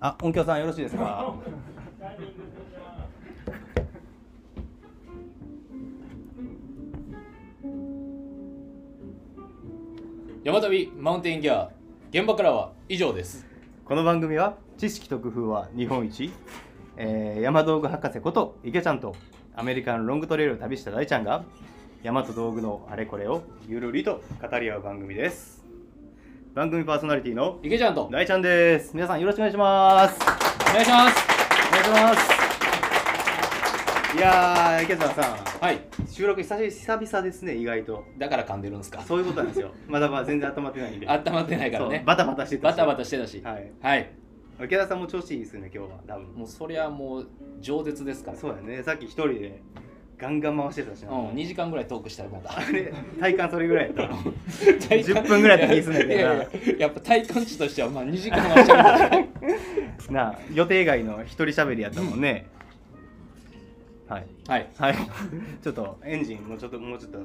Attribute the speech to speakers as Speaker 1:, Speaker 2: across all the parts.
Speaker 1: あ、音響さんよろしいですか。
Speaker 2: 山旅マウンテンギア現場からは以上です
Speaker 3: この番組は知識と工夫は日本一、えー、山道具博士こと池ちゃんとアメリカンロングトレイルを旅した大ちゃんが山と道具のあれこれをゆるりと語り合う番組です番組パーソナリティの
Speaker 2: 池ちゃんとお願
Speaker 3: 大ちゃんです皆さんよろしくお願いします
Speaker 2: いします
Speaker 3: お願いしますいやー池ちゃんさ
Speaker 2: はい
Speaker 3: ん収録久し久々ですね意外と
Speaker 2: だから噛んでるんですか
Speaker 3: そういうことなんですよまだまだ全然温まってないんで
Speaker 2: 温まってないから
Speaker 3: そ
Speaker 2: ね
Speaker 3: うバタバタしてた
Speaker 2: バタバ
Speaker 3: タ
Speaker 2: タしてたし
Speaker 3: はい
Speaker 2: はい
Speaker 3: 池田さんも調子いいですよね今日は多分
Speaker 2: もうそりゃもう饒舌ですから
Speaker 3: そうだね、さっき一人でガンガン回してたしな。
Speaker 2: うん、2時間ぐらいトークしたらま た
Speaker 3: あれ、体感それぐらいやった わ
Speaker 2: 10
Speaker 3: 10分ぐらいやったらいいっすね
Speaker 2: いやいややっぱ体感値としてはまあ2時間はしゃべったね
Speaker 3: なあ、予定外の一人喋りやったもんね。はい。
Speaker 2: はい
Speaker 3: はい。 ちょっとエンジンもうちょっと、もうちょっと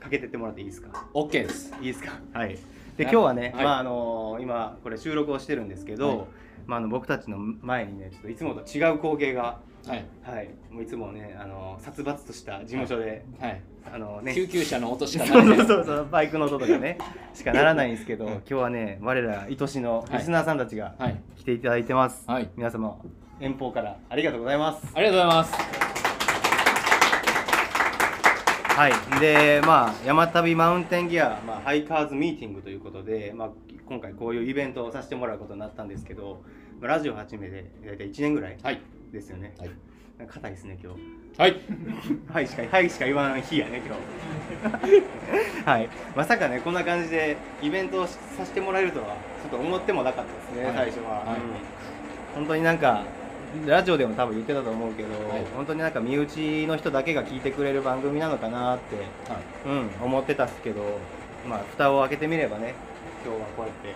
Speaker 3: かけてってもらっていいですか。
Speaker 2: OK です
Speaker 3: いいですか。はい。で、
Speaker 2: な
Speaker 3: 今日はね、
Speaker 2: はい
Speaker 3: まああのー今、これ収録をしてるんですけど、
Speaker 2: はい
Speaker 3: まあ、あの僕たちの前にね、ちょっといつもと違う光景が、
Speaker 2: はい
Speaker 3: はい、もういつもね、あのー殺伐とした事務所で、
Speaker 2: はい、
Speaker 3: あのーね、
Speaker 2: 救急車の音しか
Speaker 3: そ
Speaker 2: な
Speaker 3: う
Speaker 2: い
Speaker 3: そうそうそうバイクの音とか ねしかならないんですけど今日はね我ら愛しのリスナーさんたちが
Speaker 2: はい
Speaker 3: 来ていただいてます、
Speaker 2: はい
Speaker 3: 皆様遠方からありがとうございます
Speaker 2: ありがとうございます
Speaker 3: はいでまあ山旅マウンテンギア、まあ、ハイカーズミーティングということで、まあ、今回こういうイベントをさせてもらうことになったんですけどまあラジオ始めて大体1年ぐらい
Speaker 2: はい
Speaker 3: ですよね、
Speaker 2: はい
Speaker 3: なんか硬いですね今日
Speaker 2: はい
Speaker 3: はいしかはいしか言わない日やね今 日はいまさかねこんな感じでイベントをしさせてもらえるとはちょっと思ってもなかったですね、
Speaker 2: はい
Speaker 3: 最初は、
Speaker 2: はい
Speaker 3: うん本当になんかラジオでも多分言ってたと思うけど、
Speaker 2: はい
Speaker 3: 本当になんか身内の人だけが聞いてくれる番組なのかなって、
Speaker 2: はい
Speaker 3: うん、思ってたっすけどまあ蓋を開けてみればね今日はこうやって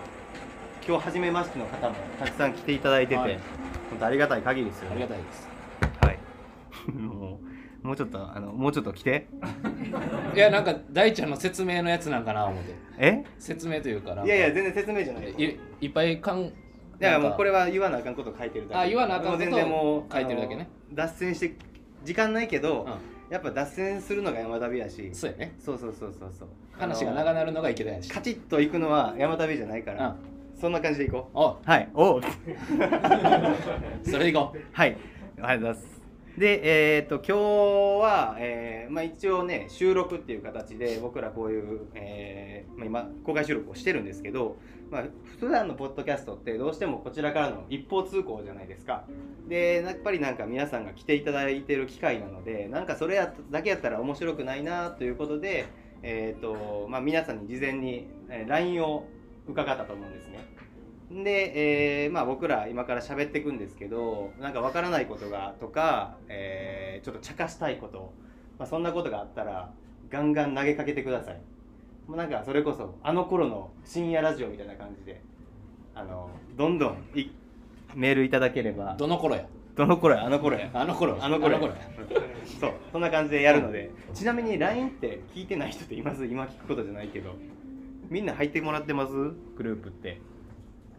Speaker 3: 今日初めましての方もたくさん来ていただいてて、
Speaker 2: はい
Speaker 3: 本当ありがたい限りですよね
Speaker 2: ありがたいです
Speaker 3: はい。 もう、もうちょっと、あの、もうちょっと来て。
Speaker 2: いやなんか大ちゃんの説明のやつなんかな思って
Speaker 3: え。
Speaker 2: 説明というかなんか
Speaker 3: いやいや、全然説明じゃない。
Speaker 2: いいっぱいかん
Speaker 3: だから、もう、これ
Speaker 2: は
Speaker 3: は言わなあかんこと書いてるだけ。
Speaker 2: あ言わなあかんこ
Speaker 3: もう
Speaker 2: と
Speaker 3: 全然もう、
Speaker 2: 書いてるだけね
Speaker 3: あの。脱線して、時間ないけど、やっぱ脱線するのが山旅やし。
Speaker 2: そうやね
Speaker 3: そうそうそうそうそう。
Speaker 2: 話が長なるのがいけないし
Speaker 3: カチッと行くのは山旅じゃないか
Speaker 2: う
Speaker 3: ら。
Speaker 2: ん
Speaker 3: そんな感じで行こ
Speaker 2: お
Speaker 3: う。はい。おう。
Speaker 2: それでいこう
Speaker 3: はい、ありがとうございます。で、えっ、と、今日は、えーまあ、一応ね、収録っていう形で、僕らこういう、えーまあ、今、公開収録をしてるんですけど、まあ、普段のポッドキャストって、どうしてもこちらからの一方通行じゃないですか。で、やっぱりなんか皆さんが来ていただいてる機会なので、なんかそれやっだけやったら面白くないなということで、えっ、と、まあ、皆さんに事前にえー LINE を伺ったと思うんですね。で、えーまあ、僕ら今から喋っていくんですけどなんかわからないことがとか、えーちょっと茶化したいこと、まあ、そんなことがあったらガンガン投げかけてくださいもうなんかそれこそあの頃の深夜ラジオみたいな感じであのどんどんいメールいただければ
Speaker 2: どの頃や
Speaker 3: どの頃やあの頃や
Speaker 2: あの頃や
Speaker 3: あの頃
Speaker 2: あ
Speaker 3: や
Speaker 2: の頃や
Speaker 3: そうそんな感じでやるのでちなみに LINE って聞いてない人っています今聞くことじゃないけどみんな入ってもらってますグループって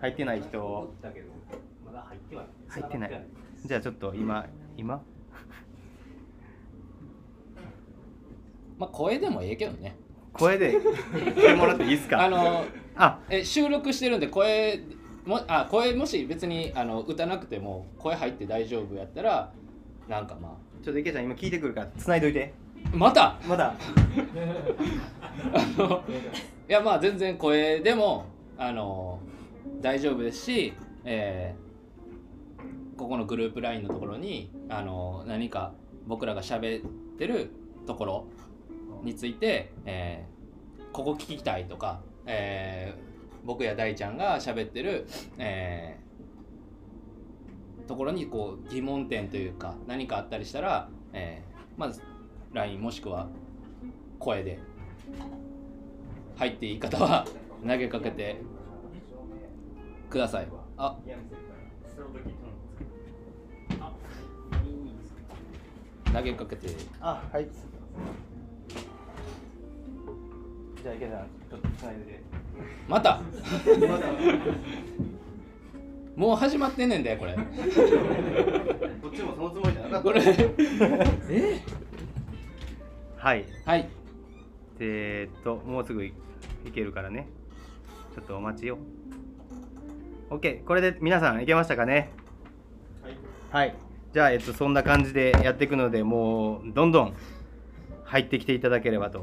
Speaker 3: 入ってない人
Speaker 4: だけど、まだ入ってはな
Speaker 3: 入ってないじゃあちょっと今今
Speaker 2: まあ声でもええけどね
Speaker 3: 声で言ってもらっていいですか
Speaker 2: あの
Speaker 3: あ
Speaker 2: え収録してるんで声もあ声もし別にあの歌なくても声入って大丈夫やったらなんかま
Speaker 3: ちょっと池ちゃん今聞いてくるから繋いどいて
Speaker 2: あまた
Speaker 3: まだ
Speaker 2: あのいやまあ全然声でもあの大丈夫ですし、えーここのグループ LINE のところにあの何か僕らが喋ってるところについて、えーここ聞きたいとか、えー僕や大ちゃんが喋ってる、えーところにこう疑問点というか何かあったりしたら、えーまず LINE もしくは声で入っていい方は投げかけてくださいあ投げかけて
Speaker 3: あはいじゃあ池ちゃんちょっと繋いどいて
Speaker 2: また もう始まってんねんでこれ
Speaker 3: こっちもそのつもりじゃなか
Speaker 2: こ
Speaker 3: っ
Speaker 2: れ
Speaker 3: た。
Speaker 2: え
Speaker 3: はい。
Speaker 2: はい
Speaker 3: えーっと、もうすぐいいけるからね。ちょっとお待ちを。OK、これで皆さんいけましたかねはい。じゃあ、えっと、そんな感じでやっていくので、もうどんどん入ってきていただければと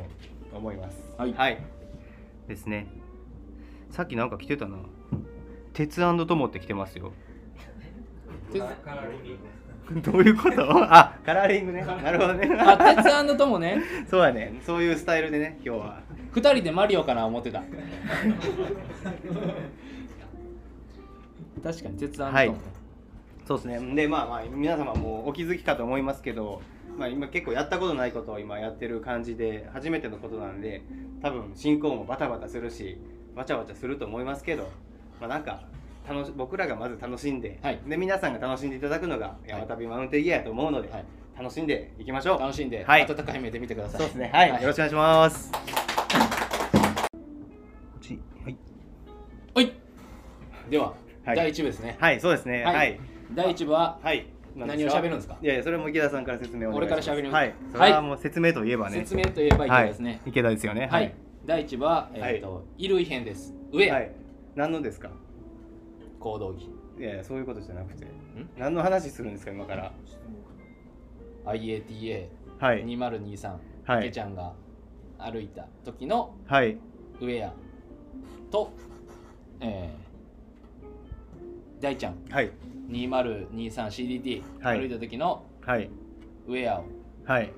Speaker 3: 思います。
Speaker 2: はい
Speaker 3: ですね。さっきなんか来てたな。鉄アンドトモって来てますよ。
Speaker 2: 鉄
Speaker 4: カラーリング
Speaker 3: どういうこと あカラーリングね。なるほどね。
Speaker 2: あ鉄アンドともね
Speaker 3: そうやね。そういうスタイルでね、今日は。
Speaker 2: 2人でマリオかな思ってた確かに鉄アンドとも、
Speaker 3: はいそうですね。で、まあまあ、皆様もお気づきかと思いますけど、まあ今結構やったことないことを今やってる感じで、初めてのことなんで、多分進行もバタバタするし、わちゃわちゃすると思いますけど、まあなんか、楽し僕らがまず楽しんで、
Speaker 2: はい
Speaker 3: で皆さんが楽しんでいただくのが山旅マウンテンギアやと思うので、
Speaker 2: はい
Speaker 3: 楽しんでいきましょう。
Speaker 2: 楽しんで、
Speaker 3: はい
Speaker 2: 温かい目で見てください
Speaker 3: そうですね。はい、よろしくお願いします。
Speaker 2: はいでは、
Speaker 3: はい
Speaker 2: 第1部ですね、
Speaker 3: はい、そうですね。
Speaker 2: はい
Speaker 3: はい。
Speaker 2: 第1部は
Speaker 3: はい。
Speaker 2: 何を喋るんですか
Speaker 3: いやいや、それも池田さんから説明をお願いします。
Speaker 2: 俺から喋る
Speaker 3: はい。それはもう説明といえばね。
Speaker 2: 説明といえばいいですね、
Speaker 3: はい、池田ですよね。
Speaker 2: はい、第1部は、えーと衣類編です上、
Speaker 3: はい。何のですか。
Speaker 2: 行動着
Speaker 3: いやいやそういうことじゃなくて。何の話するんですか今から。
Speaker 2: IATA2023、
Speaker 3: はい。はい
Speaker 2: けちゃんが歩いた時の
Speaker 3: はい。
Speaker 2: ウェアと、えー、大ちゃん
Speaker 3: はい。
Speaker 2: 2023CDT、
Speaker 3: はい
Speaker 2: 歩いた時の
Speaker 3: はい。
Speaker 2: ウェアを
Speaker 3: はい。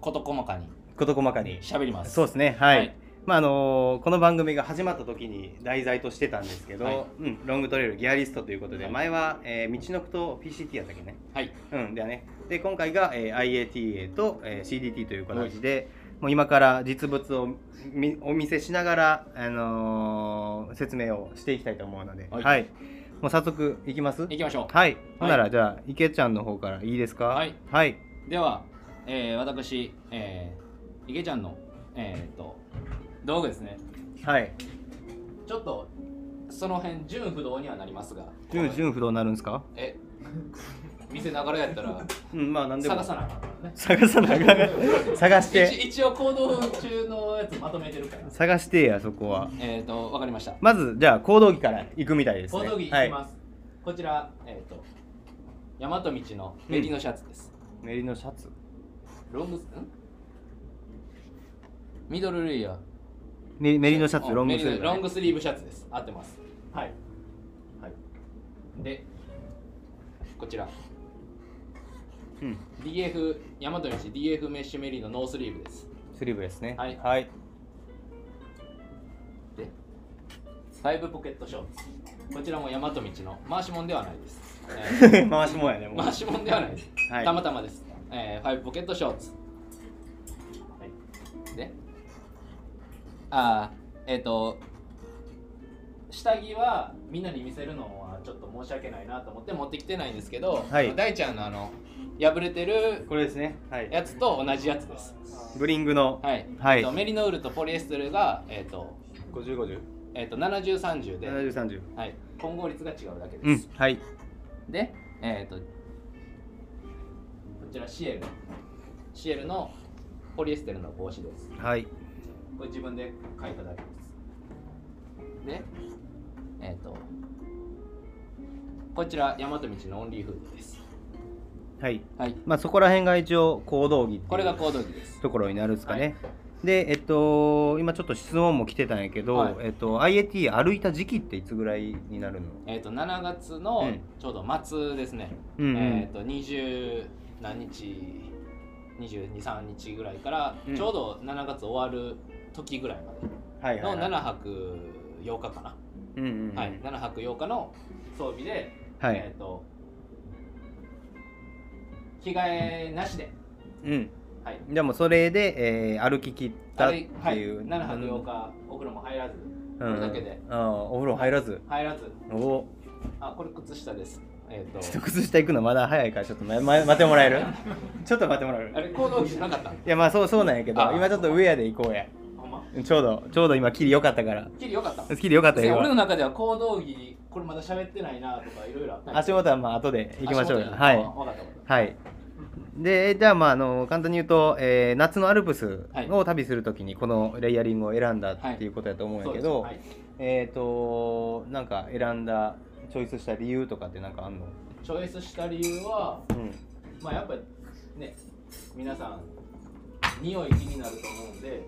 Speaker 2: 事細かに
Speaker 3: 事細かに。
Speaker 2: 喋ります
Speaker 3: そうですね。はい。
Speaker 2: はい
Speaker 3: まああのーこの番組が始まった時に題材としてたんですけど、
Speaker 2: はい
Speaker 3: うん、ロングトレイルギアリストということで、
Speaker 2: はい
Speaker 3: 前は、えー、道のくと PCT やったっけね、
Speaker 2: はい
Speaker 3: うんだよね、で今回が、えー IATA と、えー CDT という形で、もう今から実物をみお見せしながら、あのー説明をしていきたいと思うので、は
Speaker 2: はいい
Speaker 3: もう早速いきます
Speaker 2: 行きましょう
Speaker 3: はい、ほんならじゃあ池ちゃんの方からいいですか
Speaker 2: はい、
Speaker 3: はい、
Speaker 2: では、えー、私、えー、いけちゃんの、えー、と道具ですね
Speaker 3: はい、
Speaker 2: ちょっとその辺純不動にはなりますが
Speaker 3: 順順不動になるんですか
Speaker 2: え 店ながらやったら
Speaker 3: うんまあ何でも
Speaker 2: 探さなあかんからね
Speaker 3: 探さなあか ん探して
Speaker 2: 一一応行動中のやつまとめ てるから
Speaker 3: 探してやそこは
Speaker 2: えっ、ー、とわかりました
Speaker 3: まずじゃあ行動着から行くみたいです
Speaker 2: 行
Speaker 3: ね
Speaker 2: 動着いき
Speaker 3: は
Speaker 2: ます、こちらえっ、と大和道のメリのシャツです、
Speaker 3: メリのシャツ
Speaker 2: ロングんミドルレイヤー
Speaker 3: メメリのシャツ
Speaker 2: うん
Speaker 3: ロングスリーブ
Speaker 2: メリ
Speaker 3: だ
Speaker 2: の
Speaker 3: ね
Speaker 2: ロングスリーブシャツです合ってますはいはいでこちら
Speaker 3: うん
Speaker 2: DF 大和道 DF メッシュメリーのノースリーブです
Speaker 3: スリーブですね
Speaker 2: はい
Speaker 3: はい、
Speaker 2: でファイブポケットショーツこちらも大和道の回しもんではないです、えー
Speaker 3: 回しもんやねもう
Speaker 2: 回しもんではないです、
Speaker 3: はい
Speaker 2: たまたまです、えー、ファイブポケットショーツ、であーえっ、と下着はみんなに見せるのはちょっと申し訳ないなと思って持ってきてないんですけど、
Speaker 3: はい
Speaker 2: 大ちゃんのあの破れてる
Speaker 3: これですねはい
Speaker 2: やつと同じやつです
Speaker 3: ブリングの
Speaker 2: はい、
Speaker 3: はい
Speaker 2: えっとメリノールとポリエステルが、えっと
Speaker 3: 5050
Speaker 2: えっと7030で、
Speaker 3: 7030
Speaker 2: はい、混合率が違うだけ
Speaker 3: う
Speaker 2: です
Speaker 3: ん、はい
Speaker 2: で、えっ、と、こちらシエル。シエルのポリエステルの帽子です。
Speaker 3: はい
Speaker 2: これ自分で書いただけです。で、えっ、と、こちら、大和道のオンリーフードです。
Speaker 3: はい
Speaker 2: はい。
Speaker 3: まあそこら辺が一応行動着っていう
Speaker 2: これがコード着です。
Speaker 3: ところになるんですかね、でえっと今ちょっと質問も来てたんやけど、
Speaker 2: はい
Speaker 3: えっと IAT 歩いた時期っていつぐらいになるの
Speaker 2: えっ、と、7月
Speaker 3: う
Speaker 2: の
Speaker 3: ん
Speaker 2: ちょうど末ですね。
Speaker 3: うんうん
Speaker 2: えっ、と、20何日、22、3日ぐらいから、
Speaker 3: うん
Speaker 2: ちょうど7月終わる時ぐらいまで。
Speaker 3: はい
Speaker 2: の7泊8日かな、
Speaker 3: うんうんうん
Speaker 2: はい、7泊8日の装備で、
Speaker 3: はい
Speaker 2: えー、と着替えなしで、
Speaker 3: うん
Speaker 2: はい
Speaker 3: でもうそれで、えー歩き切ったっ
Speaker 2: 歩
Speaker 3: て
Speaker 2: いはい、
Speaker 3: いう、
Speaker 2: 7泊8日お風呂も入らず
Speaker 3: うん
Speaker 2: これだけで
Speaker 3: あーお風呂入らず
Speaker 2: 入らず
Speaker 3: お
Speaker 2: あこれ靴下ですえっ、
Speaker 3: ちょっと
Speaker 2: と
Speaker 3: 靴下行くのまだ早いからちょっと、まま待ってもらえるちょっと待ってもらえ
Speaker 2: あ
Speaker 3: る
Speaker 2: れ行動着じゃなかった
Speaker 3: いやまあそうそうなんやけど
Speaker 2: あ
Speaker 3: 今ちょっとウェアで行こうや
Speaker 2: ほんま
Speaker 3: ちょうどちょうど今キリ良かったから
Speaker 2: きりよかった
Speaker 3: キリ良かった
Speaker 2: いや
Speaker 3: よ
Speaker 2: 俺の
Speaker 3: 今
Speaker 2: 中では行動着これまだ喋ってないなとかいろいろあったんやけ
Speaker 3: 足
Speaker 2: ど
Speaker 3: 元はまあ後で行きましょうよ
Speaker 2: 足元に
Speaker 3: は
Speaker 2: あ
Speaker 3: い
Speaker 2: わかったわかっ
Speaker 3: はいでじゃあまああの簡単に言うと、えー夏のアルプス
Speaker 2: はい
Speaker 3: を旅するときにこのレイヤリングを選んだっていうことやと思うん
Speaker 2: たそ
Speaker 3: やけ
Speaker 2: うです
Speaker 3: ど、
Speaker 2: はい
Speaker 3: えっ、となんか選んだチョイスした理由とかってなんかあんの、
Speaker 2: チョイスした理由は
Speaker 3: うん、
Speaker 2: まあやっぱりね皆さん匂い気になると思うんで、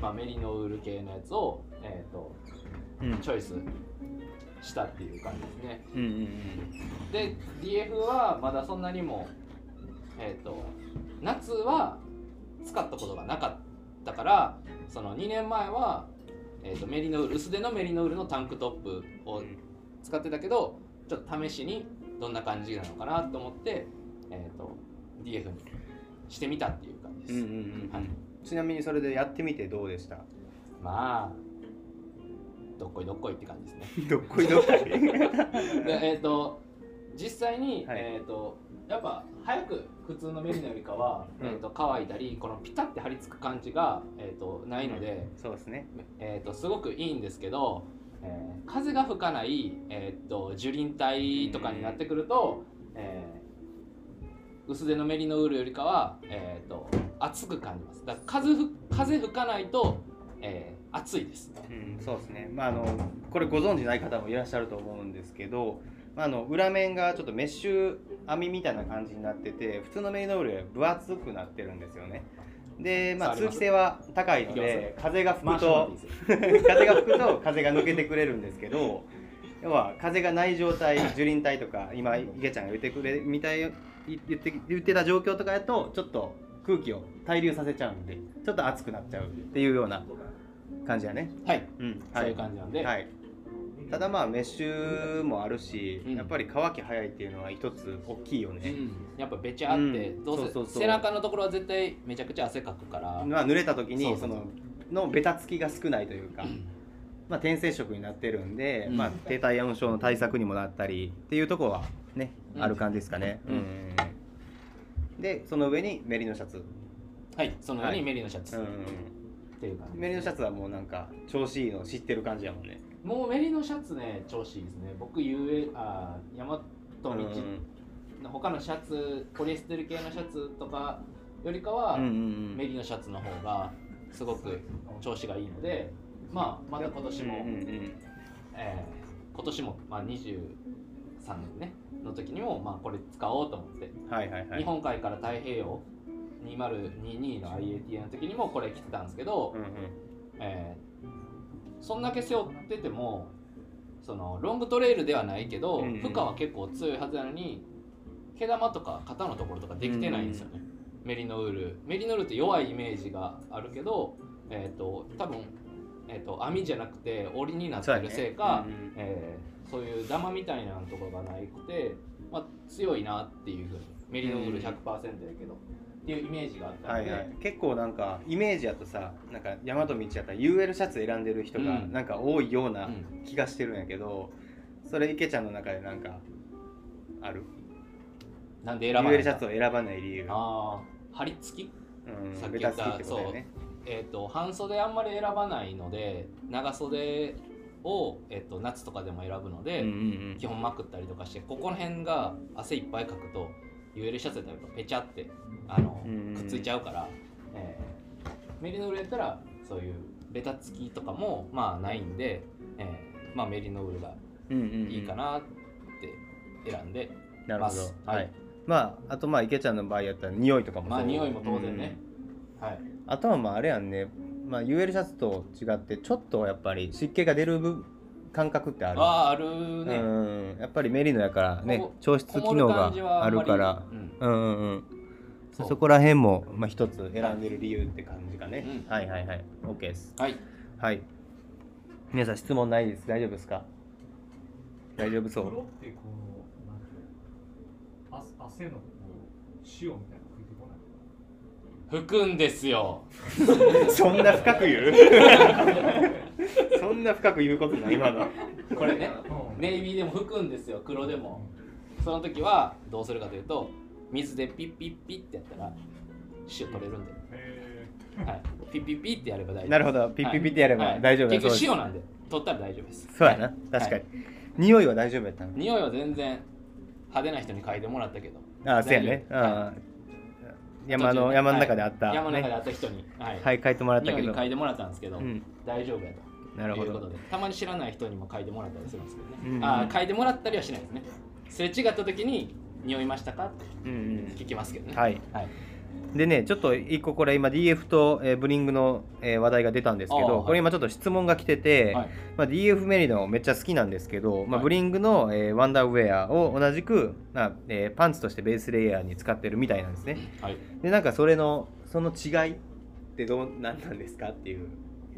Speaker 2: まあ、メリノウール系のやつを、えー、と
Speaker 3: うん
Speaker 2: チョイスしたっていう感じですね
Speaker 3: うんうん
Speaker 2: で DF はまだそんなにもえっ、と夏は使ったことがなかったからその2年前は、えー、とメリノウール薄手のメリノウールのタンクトップを使ってたけどちょっと試しにどんな感じなのかなと思って、えー、と DF にしてみたっていう感じで
Speaker 3: うん
Speaker 2: す、
Speaker 3: うん
Speaker 2: はい、
Speaker 3: ちなみにそれでやってみてどうでした
Speaker 2: まあどっこいどっこいって感じです ね
Speaker 3: どっこいどっこい
Speaker 2: でえっ、と実際に、
Speaker 3: はい
Speaker 2: えっ、とやっぱ早く普通のメリノよりかは、
Speaker 3: うん
Speaker 2: えー、と乾いたりこのピタって張り付く感じが、えー、とないので、
Speaker 3: そうですね
Speaker 2: えー、とすごくいいんですけど、えー風が吹かない、えー、と樹林帯とかになってくると、えー薄手のメリノウールよりかは、えー、と熱く感じますだから風ふ風吹かないと、えー暑いです
Speaker 3: うん、そうですね、まあ、あのこれご存知ない方もいらっしゃると思うんですけど、まあ、あの裏面がちょっとメッシュ編みみたいな感じになってて普通のメリノールより分厚くなってるんですよねで、まあ、
Speaker 2: 触
Speaker 3: 通
Speaker 2: ります
Speaker 3: 気性は高いの
Speaker 2: いき
Speaker 3: で風が吹
Speaker 2: マ
Speaker 3: く
Speaker 2: シュマロ
Speaker 3: と
Speaker 2: でいいです よ
Speaker 3: 風が吹くと風が抜けてくれるんですけど要は風がない状態樹林帯とか今池ちゃんが言ってくれみたい言って言ってた状況とかやとちょっと空気を滞留させちゃうんでちょっと熱くなっちゃうっていうような感じやね、
Speaker 2: はい、
Speaker 3: うん
Speaker 2: そういう感じなんで、
Speaker 3: はい、ただまあメッシュもあるし、
Speaker 2: うん
Speaker 3: やっぱり乾き早いっていうのは一つ大きいよね、
Speaker 2: やっぱべちゃって、
Speaker 3: うん
Speaker 2: どうせ
Speaker 3: そうそうそう
Speaker 2: 背中のところは絶対めちゃくちゃ汗かくから、
Speaker 3: まあ、濡れた時
Speaker 2: そう
Speaker 3: にそ
Speaker 2: そ
Speaker 3: う
Speaker 2: そう
Speaker 3: ののベタつきが少ないというか、まあ、転生色になってるんで、
Speaker 2: うん
Speaker 3: まあ、低体温症の対策にもなったりっていうところはね、
Speaker 2: うん
Speaker 3: ある感じですかね、
Speaker 2: うん
Speaker 3: うんでその上にメリノシャツ、
Speaker 2: はいそのように
Speaker 3: はい
Speaker 2: メリーのシャツ、
Speaker 3: うん
Speaker 2: っていう感じ
Speaker 3: メリノシャツはもうなんか調子いいの知ってる感じやもんね
Speaker 2: もうメリーのシャツね調子いいですね僕 UA あー大和道
Speaker 3: うん
Speaker 2: の他のシャツポリエステル系のシャツとかよりかは、
Speaker 3: うんうん
Speaker 2: メリーのシャツの方がすごく調子がいいのでまあまた今年も、
Speaker 3: うんうん
Speaker 2: えー今年も、まあ、23年ねの時にも、まあ、これ使おうと思って
Speaker 3: うんはいはいはい
Speaker 2: 日本海から太平洋2022の IATA の時にもこれ着てたんですけど、
Speaker 3: うんうん
Speaker 2: えーそんだけ背負っててもそのロングトレイルではないけど、
Speaker 3: うんうん
Speaker 2: 負荷は結構強いはずなのに毛玉とか肩のところとかできてないんですよね、メリノウールメリノウールって弱いイメージがあるけど、えー、と多分、えー、と網じゃなくて檻になって
Speaker 3: そうや
Speaker 2: る
Speaker 3: ね
Speaker 2: せいか、
Speaker 3: うんうん
Speaker 2: えーそういうダマみたいなところがないくて、まあ、強いなっていうふうにメリノウール100%やけど、っていうイメージがあった
Speaker 3: は
Speaker 2: の
Speaker 3: い
Speaker 2: で、
Speaker 3: はい、結構なんかイメージやとさなんか大和道やったら UL シャツ選んでる人が
Speaker 2: うん
Speaker 3: なんか多いよう
Speaker 2: う
Speaker 3: なん気がしてるんやけど、それ池ちゃんの中でなんかある
Speaker 2: なんで選ばない
Speaker 3: UL シ
Speaker 2: か
Speaker 3: ャツを選ばない理由、
Speaker 2: ああ張り付きさ
Speaker 3: う
Speaker 2: っ
Speaker 3: ん、
Speaker 2: き
Speaker 3: ベタ
Speaker 2: 言っ
Speaker 3: つき
Speaker 2: た
Speaker 3: ってことだよね
Speaker 2: えっ、と半袖あんまり選ばないので長袖を、えっと夏とかでも選ぶので、
Speaker 3: うんうん
Speaker 2: 基本まくったりとかしてここの辺が汗いっぱいかくと UL シャツやったらやっぱペチャってあの、
Speaker 3: うん
Speaker 2: くっついちゃうから、えーメリノウールやったらそういうベタつきとかもまあないんで、えーまあ、メリノウールが
Speaker 3: うんうんうん
Speaker 2: いいかなって選んで、
Speaker 3: なるほど
Speaker 2: まあ
Speaker 3: は
Speaker 2: はい
Speaker 3: いまああとまあ池ちゃんの場合やったら匂いとかも
Speaker 2: まあ
Speaker 3: そう
Speaker 2: 匂いも当然ね、はい
Speaker 3: うんあとはまああれやんね、まあ、UL シャツと違ってちょっとやっぱり湿気が出る分感覚ってある
Speaker 2: あああるね、
Speaker 3: うんやっぱりメリノやからね
Speaker 2: ここ
Speaker 3: 調湿機能があるから
Speaker 2: こもる感じはあんまりうん
Speaker 3: うんうんうん
Speaker 2: そう
Speaker 3: そこら辺も、まあ、一つ選んでる理由って感じかね、
Speaker 2: うん
Speaker 3: はいはいはい OK です
Speaker 2: はい
Speaker 3: はい皆さん質問ないです大丈夫ですか大丈夫そ
Speaker 4: 風呂
Speaker 3: う
Speaker 4: ってこうなんていうの汗汗のこう塩みたいなの吹いてこない
Speaker 2: 吹くんですよ
Speaker 3: そんな深く 言うそんな深く言うことない今の
Speaker 2: これね
Speaker 4: うん
Speaker 2: ネイビーでも吹くんですよ黒でもその時はどうするかというと水でピッピッピッってやったら塩取れるんで
Speaker 4: へ
Speaker 2: はい、ピッピッピッってやれば大丈夫です
Speaker 3: なるほどピッピッピッってやれば
Speaker 2: はい
Speaker 3: 大丈夫だそ
Speaker 2: 結
Speaker 3: うで
Speaker 2: 局
Speaker 3: す
Speaker 2: 塩なんで取ったら大丈夫です
Speaker 3: そうや
Speaker 2: は
Speaker 3: ない確か
Speaker 2: は
Speaker 3: に
Speaker 2: い
Speaker 3: 匂いは大丈夫やったの
Speaker 2: 匂いは全然派手な人に嗅いでもらったけど
Speaker 3: あそうやね
Speaker 2: 大丈夫
Speaker 3: あ山
Speaker 2: 途中
Speaker 3: の
Speaker 2: で
Speaker 3: 山の中であった
Speaker 2: はい山の中で
Speaker 3: ね
Speaker 2: あった人に、はい
Speaker 3: はい書いてもらった
Speaker 2: 匂
Speaker 3: け
Speaker 2: いに
Speaker 3: ど
Speaker 2: 嗅いでもらったんですけど、
Speaker 3: うん
Speaker 2: 大丈夫やと
Speaker 3: なるほ
Speaker 2: いうこと
Speaker 3: ど
Speaker 2: でたまに知らない人にも嗅いでもらったりするんですけどね、
Speaker 3: うん
Speaker 2: あー嗅いでもらったりはしないですねすれ違った時に匂いましたかって
Speaker 3: うん
Speaker 2: 聞きますけど
Speaker 3: う
Speaker 2: ね
Speaker 3: んはい
Speaker 2: はい
Speaker 3: でねちょっと一個これ今 DF と、えーブリングの、えー話題が出たんですけ
Speaker 2: あー
Speaker 3: ど
Speaker 2: はい
Speaker 3: これ今ちょっと質問が来てて、
Speaker 2: はい
Speaker 3: まあ、DF メリノめっちゃ好きなんですけど、ま
Speaker 2: は
Speaker 3: あ、
Speaker 2: い
Speaker 3: ブリングの、えーワンダーウェアを同じく、まあえーパンツとしてベースレイヤーに使ってるみたいなんですね
Speaker 2: はい
Speaker 3: でなんかそれのその違いってどうなんなんですかっていう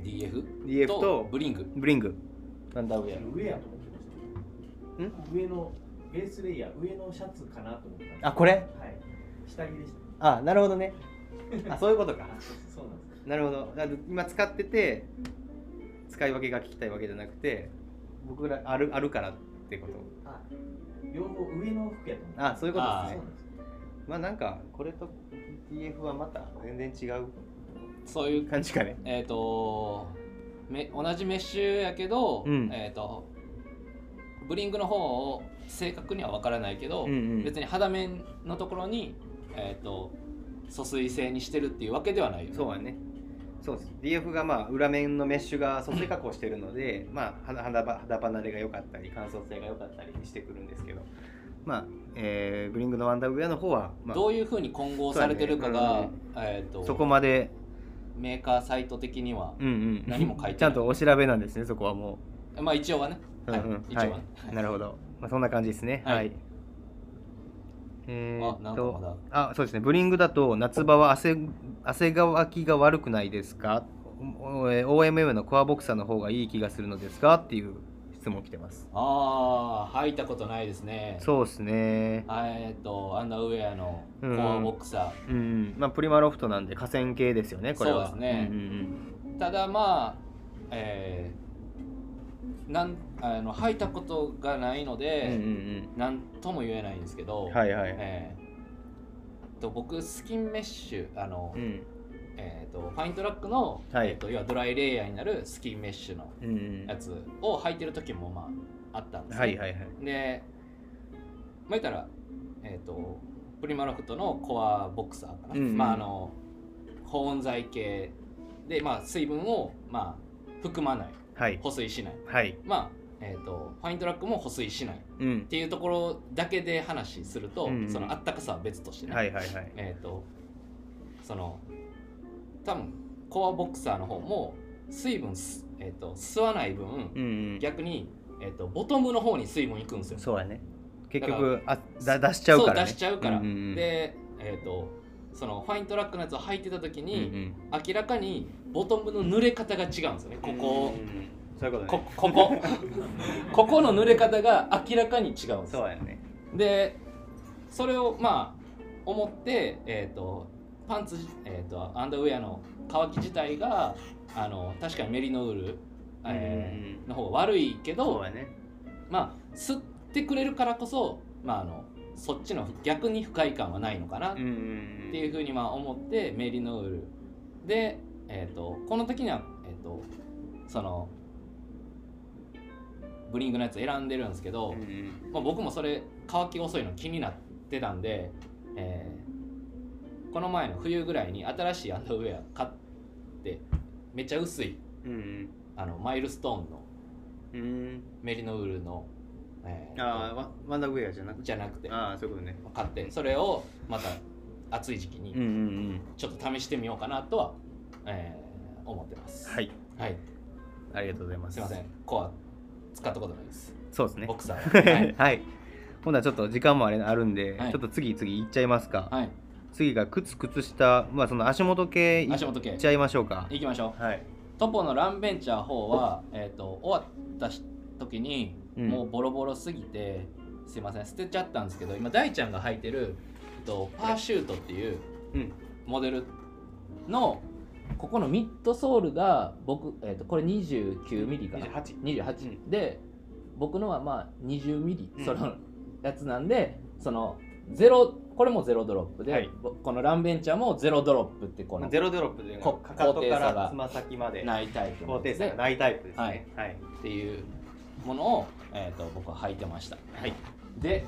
Speaker 2: DF
Speaker 3: DF と
Speaker 2: ブリング
Speaker 3: ブリングワンダーウ
Speaker 1: 上
Speaker 3: ェ
Speaker 1: やと思ってました。上のベースレイヤー、上のシャツかなと思った。
Speaker 3: アあこれ
Speaker 1: はい。下着でした。
Speaker 3: あなるほどねあそういうことか
Speaker 1: あ、そうなんです。
Speaker 3: なるほどだから今使ってて使い分けが聞きたいわけじゃなくて僕らあるあるからってこと
Speaker 1: あ、両方上の服やと思った。
Speaker 3: あそういうこと
Speaker 2: あ
Speaker 3: です
Speaker 1: そう
Speaker 3: ね
Speaker 1: なんです。
Speaker 3: まあなんかこれと DF はまた全然違う
Speaker 2: そういう
Speaker 3: 感じかね
Speaker 2: えっ、とめ同じメッシュやけど、
Speaker 3: うん
Speaker 2: えっ、とブリングの方を正確には分からないけど、
Speaker 3: うんうん
Speaker 2: 別に肌面のところに、えー、と疎水性にしてるっていうわけではないよね
Speaker 3: そうはね。そうです。DF がまあ裏面のメッシュが疎水加工してるので、まあ肌肌ば肌離れが良かったり乾燥性が良かったりしてくるんですけど、まあ、えーブリングのワンダーウェアの方は、まあ
Speaker 2: どういうふうに混合されてるか
Speaker 3: そうだ
Speaker 2: が、
Speaker 3: ね
Speaker 2: えー、と
Speaker 3: そこまで、
Speaker 2: メーカーサイト的には、
Speaker 3: うんうん、
Speaker 2: 何も書いてない
Speaker 3: ちゃんとお調べなんですね。そこはも
Speaker 2: まあ一応はね、
Speaker 3: う、
Speaker 2: はい
Speaker 3: うんうん
Speaker 2: 一応はね、
Speaker 3: いなるほど。まあそんな感じですね。は。
Speaker 2: はいい
Speaker 3: え
Speaker 2: あ
Speaker 3: ー
Speaker 2: な
Speaker 3: っ
Speaker 2: んかま
Speaker 3: と
Speaker 2: だ
Speaker 3: あそうですねブリングだと夏場は汗汗乾きが悪くないですかおえー OMM のコアボクサーの方がいい気がするのですかっていう質問来てます
Speaker 2: ああ履いたことないですね
Speaker 3: そうですね
Speaker 2: えっ、とアンダーウェアのコアボクサー、
Speaker 3: うんまあプリマロフトなんで河川系ですよねこれは
Speaker 2: そうですね
Speaker 3: うんうん
Speaker 2: ただまあえーなんあの履いたことがないの
Speaker 3: うんうんう
Speaker 2: で、
Speaker 3: ん
Speaker 2: なんとも言えないんですけど、
Speaker 3: うんはいはい
Speaker 2: えーと僕スキンメッシュあの、
Speaker 3: うん
Speaker 2: えー、とファイントラックの、
Speaker 3: はい
Speaker 2: えーと要はドライレイヤーになるスキンメッシュの
Speaker 3: うんうん
Speaker 2: やつを履いてる時もまああったんですね、
Speaker 3: はいはいはい
Speaker 2: でまあ言ったらえっ、とプリマロフトのコアボクサーかな、
Speaker 3: うんうん
Speaker 2: まああの保温剤系でまあ水分をまあ含まない
Speaker 3: はい
Speaker 2: 保水しない
Speaker 3: はい
Speaker 2: まあえっ、とファイントラックも保水しないっ
Speaker 3: うん
Speaker 2: ていうところだけで話すると、
Speaker 3: うんうん
Speaker 2: そのあったかさは別としてね、
Speaker 3: はいはいはい
Speaker 2: えっ、とその多分コアボクサーの方も水分す、えー、と吸わない分、
Speaker 3: うんうん
Speaker 2: 逆に、えー、とボトムの方に水分いくんですよ
Speaker 3: そうやね結
Speaker 2: だから
Speaker 3: 局あだ出しちゃうから
Speaker 2: そう
Speaker 3: ね
Speaker 2: 出しちゃうから、
Speaker 3: うんうんうん
Speaker 2: でえっ、とそのファイントラックのやつを履いてた時
Speaker 3: うんう
Speaker 2: に、
Speaker 3: ん
Speaker 2: 明らかにボトムの濡れ方が違うんですよねここ
Speaker 3: うんうんそういうことね
Speaker 2: こここ ここの濡れ方が明らかに違うんですよ
Speaker 3: そうやね
Speaker 2: でそれをまあ思って、えー、とパンツ、えー、とアンダーウェアの乾き自体があの確かにメリノール、
Speaker 3: うん
Speaker 2: え
Speaker 3: うんうん
Speaker 2: ーの方が悪いけど
Speaker 3: そうやね
Speaker 2: まあ吸ってくれるからこそ、まあ、あのそっちの逆に不快感はないのかなっ
Speaker 3: うんうん
Speaker 2: ていうふうにまあ思ってメリノールで、えー、とこの時には、えー、とそのブリングのやつ選んでるんですけど、
Speaker 3: うんうん
Speaker 2: まあ、僕もそれ乾き遅いの気になってたんで、えーこの前の冬ぐらいに新しいアンダーウェア買ってめっちゃ薄い
Speaker 3: うん
Speaker 2: あのマイルストーンの
Speaker 3: うんうん
Speaker 2: メリノールの、えー
Speaker 3: ああワワンダーウェアじゃなくて
Speaker 2: じゃなくて
Speaker 3: ああそういうことね
Speaker 2: 買ってそれをまた暑い時期
Speaker 3: うんう
Speaker 2: に
Speaker 3: んうん
Speaker 2: ちょっと試してみようかなとは、えー思ってます、
Speaker 3: はいい
Speaker 2: はい、
Speaker 3: ありがとうございます
Speaker 2: すいませんコア使ったことないです
Speaker 3: そうですね
Speaker 2: ボク サーは
Speaker 3: はい
Speaker 2: い、
Speaker 3: はい、ほんならちょっと時間もあれあるんで、
Speaker 2: はい
Speaker 3: ちょっと次次行っちゃいますか、
Speaker 2: はい、
Speaker 3: 次が靴靴下まあその足元系い
Speaker 2: 足元系
Speaker 3: っちゃいましょうか
Speaker 2: 行きましょう
Speaker 3: はい
Speaker 2: トポのランベンチャー4は、えー、と終わった時に
Speaker 3: うん
Speaker 2: もうボロボロすぎて、すいません捨てちゃったんですけど今大ちゃんが履いてる、えっと、パーシュートっていう
Speaker 3: うん
Speaker 2: モデルのここのミッドソールが僕、えー、とこれ29ミリかな
Speaker 3: 28
Speaker 2: 28、で僕のはまあ20ミリ、
Speaker 3: うん
Speaker 2: そのやつなんでそのゼロこれもゼロドロップで、
Speaker 3: はい
Speaker 2: このランベンチャーもゼロドロップってこ
Speaker 3: まあ
Speaker 2: の
Speaker 3: ゼロドロップというのは
Speaker 2: こ
Speaker 3: かかと
Speaker 2: 高低
Speaker 3: か
Speaker 2: 差が
Speaker 3: らつま先まで
Speaker 2: ないタイプの
Speaker 3: 高低
Speaker 2: やつ
Speaker 3: 差
Speaker 2: で
Speaker 3: がないタイプですね。はい。
Speaker 2: っていうものを、えー、と僕は履いてました、
Speaker 3: はい
Speaker 2: で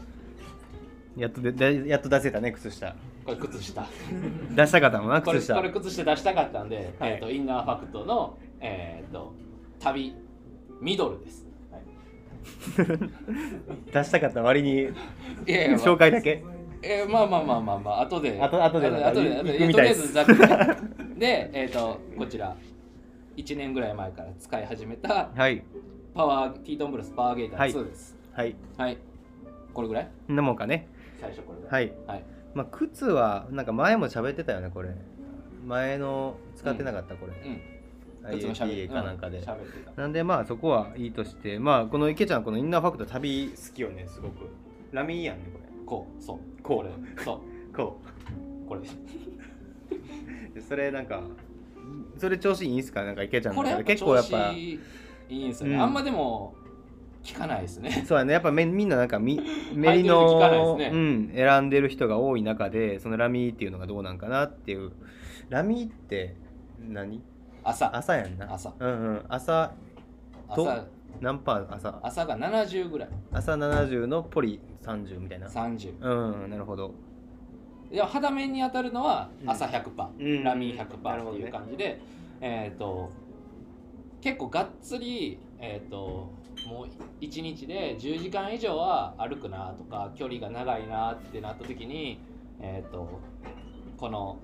Speaker 3: やっとでだやっと出せたね靴下。
Speaker 2: これ靴下
Speaker 3: 出したかったもんな
Speaker 2: これ
Speaker 3: 靴下。
Speaker 2: これ靴下出したかったんで、
Speaker 3: はい
Speaker 2: えー、とインナーファクトの、えー、と旅ミドルです、はい
Speaker 3: 出したかった割に
Speaker 2: いやいやまあ
Speaker 3: 紹介だけ。
Speaker 2: えーまあまあまあまあまあ後で
Speaker 3: あと後で
Speaker 2: 後で
Speaker 3: なんか
Speaker 2: 後で
Speaker 3: 行く
Speaker 2: 後で
Speaker 3: みたいで
Speaker 2: えーとりあえず
Speaker 3: す
Speaker 2: ざっくりでえっ、とこちら1年ぐらい前から使い始めた
Speaker 3: はい
Speaker 2: パワーティートンブルスパワーゲーター2です
Speaker 3: はい。
Speaker 2: はい、これぐらい
Speaker 3: そんなもんかね。
Speaker 2: 最初これぐらい
Speaker 3: はい。
Speaker 2: はい
Speaker 3: まあ靴はなんか前も喋ってたよねこれ。前の使ってなかったこれ。
Speaker 2: うん靴もしゃべ
Speaker 3: IATA かなんかで。
Speaker 2: 喋ってた
Speaker 3: なんでまあそこはいいとしてまあこの池ちゃんこのインナーファクト旅好きよねすごくラミーやんねこれ
Speaker 2: こうそう
Speaker 3: こう
Speaker 2: れそ
Speaker 3: こ
Speaker 2: うこれです
Speaker 3: うでそれなんかそれ調子いいんすかなんか池ちゃん
Speaker 2: こ
Speaker 3: の
Speaker 2: れや
Speaker 3: 中
Speaker 2: っ
Speaker 3: で結
Speaker 2: ぱ
Speaker 3: 構
Speaker 2: 調
Speaker 3: やっ
Speaker 2: 子
Speaker 3: ぱ
Speaker 2: いいんですよね、
Speaker 3: うん
Speaker 2: あんまでも聞かないですね
Speaker 3: そうやねやっぱめみんななんか みメリ
Speaker 2: 聞かない
Speaker 3: の、
Speaker 2: です
Speaker 3: う
Speaker 2: ね
Speaker 3: ん、選んでる人が多い中でそのラミーっていうのがどうなんかなっていうラミーって何
Speaker 2: 朝朝
Speaker 3: 朝やんな
Speaker 2: 朝
Speaker 3: うんうん朝と
Speaker 2: 朝
Speaker 3: 何パー朝
Speaker 2: が70ぐらい
Speaker 3: 朝70のポリ30みたいな
Speaker 2: 30
Speaker 3: うんうんなるほど
Speaker 2: いや肌面に当たるのは
Speaker 3: うん
Speaker 2: 朝100%、
Speaker 3: うん
Speaker 2: ラミー
Speaker 3: なる
Speaker 2: 100%
Speaker 3: ほど
Speaker 2: って
Speaker 3: ね
Speaker 2: いう感じで、えっ、と結構がっつりえっ、ともう1日で10時間以上は歩くなとか距離が長いなってなった時にえっ、とこの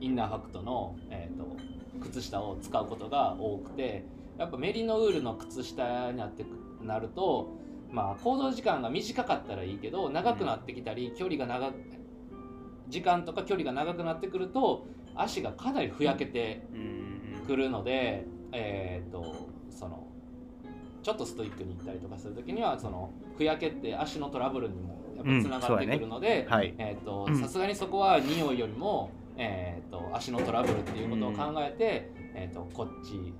Speaker 2: インナーファクトの、えー、と靴下を使うことが多くてやっぱメリノウールの靴下になってくなるとまあ行動時間が短かったらいいけど長くなってきたり距離が長く時間とか距離が長くなってくると足がかなりふやけて
Speaker 3: うん
Speaker 2: くるので、えー、とそのちょっとストイックに行ったりとかする時にはそのふやけって足のトラブルにもやっぱつながってくるので、
Speaker 3: はい
Speaker 2: えーと
Speaker 3: うん
Speaker 2: さすがにそこは匂いよりも、えー、と足のトラブルっていうことを考えて、えー、とこっち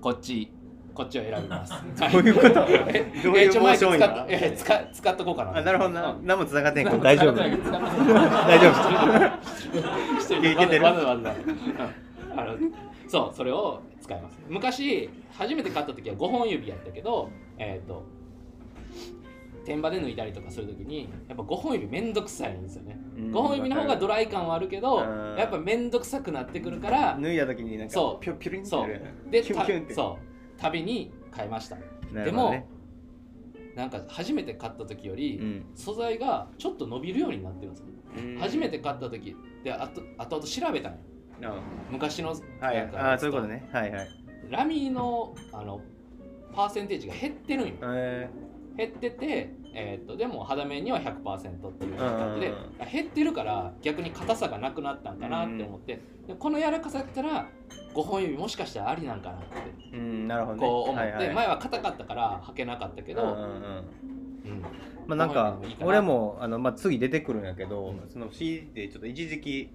Speaker 2: こっちこっちを選びます。
Speaker 3: どういうことどう
Speaker 2: え
Speaker 3: い
Speaker 2: ーち
Speaker 3: う
Speaker 2: ょマ
Speaker 3: モー
Speaker 2: イク
Speaker 3: ション
Speaker 2: 使っ
Speaker 3: 今
Speaker 2: えー使使っとこうかな。
Speaker 3: あなるほどな
Speaker 2: うん
Speaker 3: 何も繋がってんけど大丈夫
Speaker 2: 使って
Speaker 3: 大
Speaker 2: ない
Speaker 3: 丈夫
Speaker 2: してる
Speaker 3: いけいけてる
Speaker 2: わざわざわざわざあのそうそれを使います昔初めて買った時は5本指やったけどえっ、と天場で脱いだりとかする時にやっぱ5本指めんどくさいんですよね
Speaker 3: うん
Speaker 2: 5本指の方がドライ感はあるけど
Speaker 3: うん
Speaker 2: やっぱめんどくさくなってくるから
Speaker 3: 脱いだ時になんか
Speaker 2: そう
Speaker 3: ピュピュリンって
Speaker 2: そ
Speaker 3: な
Speaker 2: う
Speaker 3: るよね
Speaker 2: で
Speaker 3: キュンキュンって
Speaker 2: たそう旅に変えました
Speaker 3: な
Speaker 2: で
Speaker 3: るほど
Speaker 2: も
Speaker 3: ね
Speaker 2: なんか初めて買った時より、
Speaker 3: うん
Speaker 2: 素材がちょっと伸びるようになってるんですよ、初めて買った時であとあと調べたのよ
Speaker 3: うん
Speaker 2: 昔の
Speaker 3: はい
Speaker 2: なんか
Speaker 3: ああそういうことねはいはい
Speaker 2: ラミーのあのパーセンテージが減ってるんよ
Speaker 3: え
Speaker 2: 減ってて、えー、とでも肌面には100%っていう感じで
Speaker 3: うんうん
Speaker 2: 減ってるから逆に硬さがなくなったんかなって思ってでこの柔らかさだったら5本指もしかしたらありなんかなって
Speaker 3: ーうんなるほどね
Speaker 2: こう思って、
Speaker 3: はいはい
Speaker 2: 前は硬かったから履けなかったけ
Speaker 3: うんう
Speaker 2: ど、
Speaker 3: んうん
Speaker 2: うん
Speaker 3: まあなんか
Speaker 2: こういうのもいいかな
Speaker 3: 俺もあのまあ次出てくるんやけど
Speaker 2: うん
Speaker 3: その CD でちょっと一時期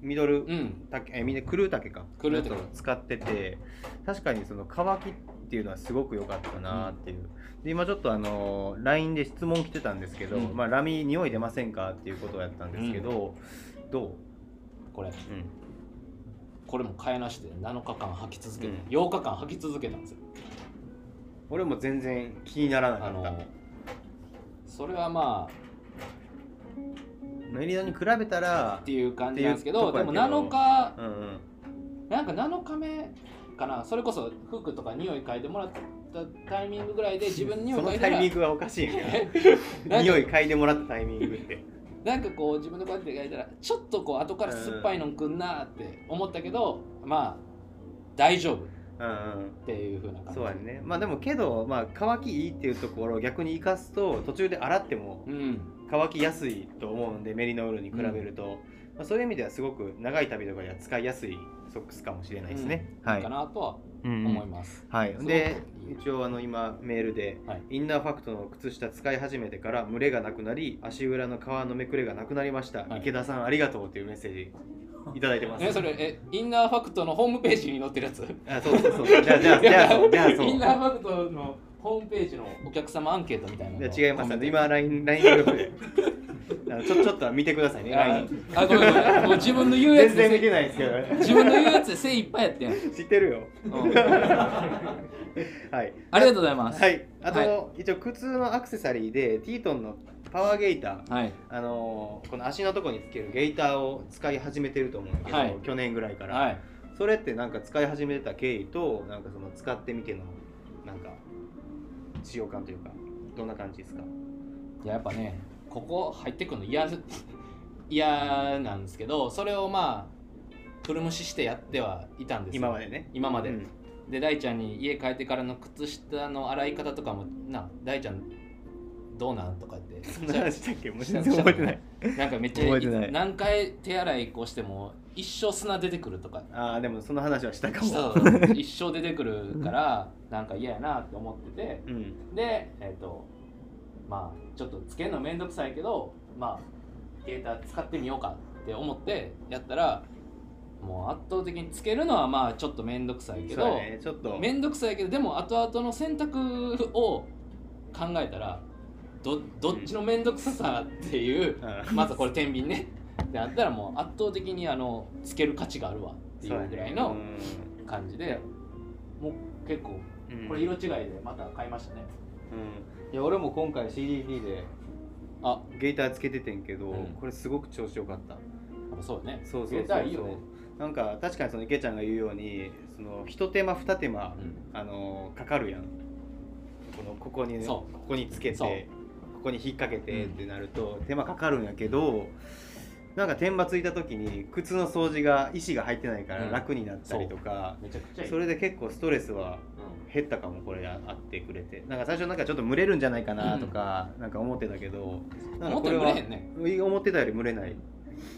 Speaker 3: ミドル
Speaker 2: うん
Speaker 3: タケえみんなクルータケか
Speaker 2: クルータケ
Speaker 3: やつを使ってて確かにその乾きっていうのはすごく良かったなっていう、で今ちょっとあの LINE で質問来てたんですけど、
Speaker 2: うん
Speaker 3: まあラミ匂い出ませんかっていうことをやったんですけど、どう、
Speaker 2: これ
Speaker 3: うん、
Speaker 2: これも買いなしで7日間履き続けて、
Speaker 3: うん
Speaker 2: 8日間履き続けたんですよ
Speaker 3: 俺も全然気にならな
Speaker 2: あ
Speaker 3: かった
Speaker 2: のそれはまあ
Speaker 3: メリノに比べたら
Speaker 2: っていう感じなんですけど
Speaker 3: っていうとこ
Speaker 2: でも
Speaker 3: やけど
Speaker 2: 7日
Speaker 3: うんうん
Speaker 2: なんか7日目かなそれこそ服とか匂い嗅いでもらったタイミングぐらいで自分に匂
Speaker 3: そ
Speaker 2: い
Speaker 3: の
Speaker 2: 嗅い
Speaker 3: タ
Speaker 2: だら
Speaker 3: イミングがおかしいんや
Speaker 2: なんか
Speaker 3: 匂い嗅いでもらったタイミングって
Speaker 2: なんかこう自分でこうやって嗅いだらちょっとこう後から酸っぱいのくんなって思ったけど、まあ大丈夫っ
Speaker 3: うんうん
Speaker 2: ていう風な感じ
Speaker 3: そうやねまあでもけど、まあ、乾きいいっていうところを逆に生かすと途中で洗っても
Speaker 2: うん
Speaker 3: 乾きやすいと思うんでメリノールに比べると、まあ、そういう意味ではすごく長い旅とかには使いやすいソックスかもしれないですね、はい
Speaker 2: かなとは
Speaker 3: うんうん
Speaker 2: 思います、
Speaker 3: はい、です
Speaker 2: ごくいい
Speaker 3: 一応あの今メールで、
Speaker 2: はい
Speaker 3: インナーファクトの靴下使い始めてから群れがなくなり足裏の皮のめくれがなくなりました、
Speaker 2: はい
Speaker 3: 池田さんありがとう」っていうメッセージいただいてます
Speaker 2: えそれえインナーファクトのホームページに載ってるやつ
Speaker 3: あそうそうそうじゃあじゃあじゃあそうじゃあそう
Speaker 2: インナーファクトのホームページのお客様アンケートみたいなのを
Speaker 3: いや違います。あの
Speaker 2: コメント
Speaker 3: 今 LINE LINE グループ で。あのちょちょっと見てくださいね。
Speaker 2: あ
Speaker 3: LINE。
Speaker 2: あごめんごめんもう自分の言うやつ
Speaker 3: 全然
Speaker 2: で
Speaker 3: 見てないですけどね。
Speaker 2: 自分の言うやつで精いっぱいやってん、
Speaker 3: 知ってるよ。
Speaker 2: うん、
Speaker 3: はい。
Speaker 2: ありがとうございます
Speaker 3: はい。あと、
Speaker 2: は
Speaker 3: 一応靴のアクセサリーでティートンのパワーゲイター。
Speaker 2: はい
Speaker 3: あのーこの足のとこにつけるゲイターを使い始めてると思うんだけど、
Speaker 2: はい
Speaker 3: 去年ぐらいから、
Speaker 2: はい
Speaker 3: それってなんか使い始めた経緯となんかその使ってみてのなんか使用感というかどんな感じですか
Speaker 2: いややっぱねここ入ってくるの嫌 嫌なんですけどそれをまあくるむししてやってはいたんですよ
Speaker 3: 今までね
Speaker 2: 今まで、
Speaker 3: うん
Speaker 2: で大ちゃんに家帰ってからの靴下の洗い方とかもな大ちゃんどうなんとかって
Speaker 3: そんな 話したっけもう
Speaker 2: した
Speaker 3: 全然覚えてない
Speaker 2: なんかめっちゃ
Speaker 3: 覚えてない
Speaker 2: 何回手洗いこうしても一生砂出てくるとか
Speaker 3: ああでもその話はしたかも
Speaker 2: そう一生出てくるからなんか嫌やなって思ってて
Speaker 3: うん
Speaker 2: でえっ、とまあちょっとつけるのめんどくさいけどまあデータ使ってみようかって思ってやったらもう圧倒的につけるのはまあちょっとめんどくさいけ
Speaker 3: そうだ
Speaker 2: ど、
Speaker 3: ねちょっと
Speaker 2: めんどくさいけどでも後々の選択を考えたらどどっちのめんどくささっていう、
Speaker 3: う
Speaker 2: まずこれ天秤ねってなったらもう圧倒的にあのつける価値があるわっていうぐらいの感じでもう結構
Speaker 3: うん
Speaker 2: これ色違いでまた買いましたね、
Speaker 3: うんいや俺も今回 CDD で
Speaker 2: あ
Speaker 3: ゲイターつけててんけど、
Speaker 2: うん
Speaker 3: これすごく調子よかった
Speaker 2: やっぱそうだね
Speaker 3: そうそうそうそう
Speaker 2: 入れたらいいよね、
Speaker 3: なんか確かにその池ちゃんが言うようにその一手間二手間
Speaker 2: うん
Speaker 3: あのかかるやんこのここにねこ
Speaker 2: そう
Speaker 3: こにつけて
Speaker 2: そう
Speaker 3: ここに引っ掛けてっ
Speaker 2: うん
Speaker 3: てなると、手間かかるんやけどなんか天場ついた時に靴の掃除が石が入ってないから
Speaker 2: うん
Speaker 3: 楽になったりとか、
Speaker 2: めちゃくちゃいい
Speaker 3: それで結構ストレスは減ったかもこれあってくれてなんか最初なんかちょっと蒸れるんじゃないかなとか、なんか思ってたけど
Speaker 2: うん
Speaker 3: なん
Speaker 2: 思
Speaker 3: かこ
Speaker 2: った
Speaker 3: れ
Speaker 2: より
Speaker 3: は
Speaker 2: 売れへんね
Speaker 3: 思ってたより蒸れない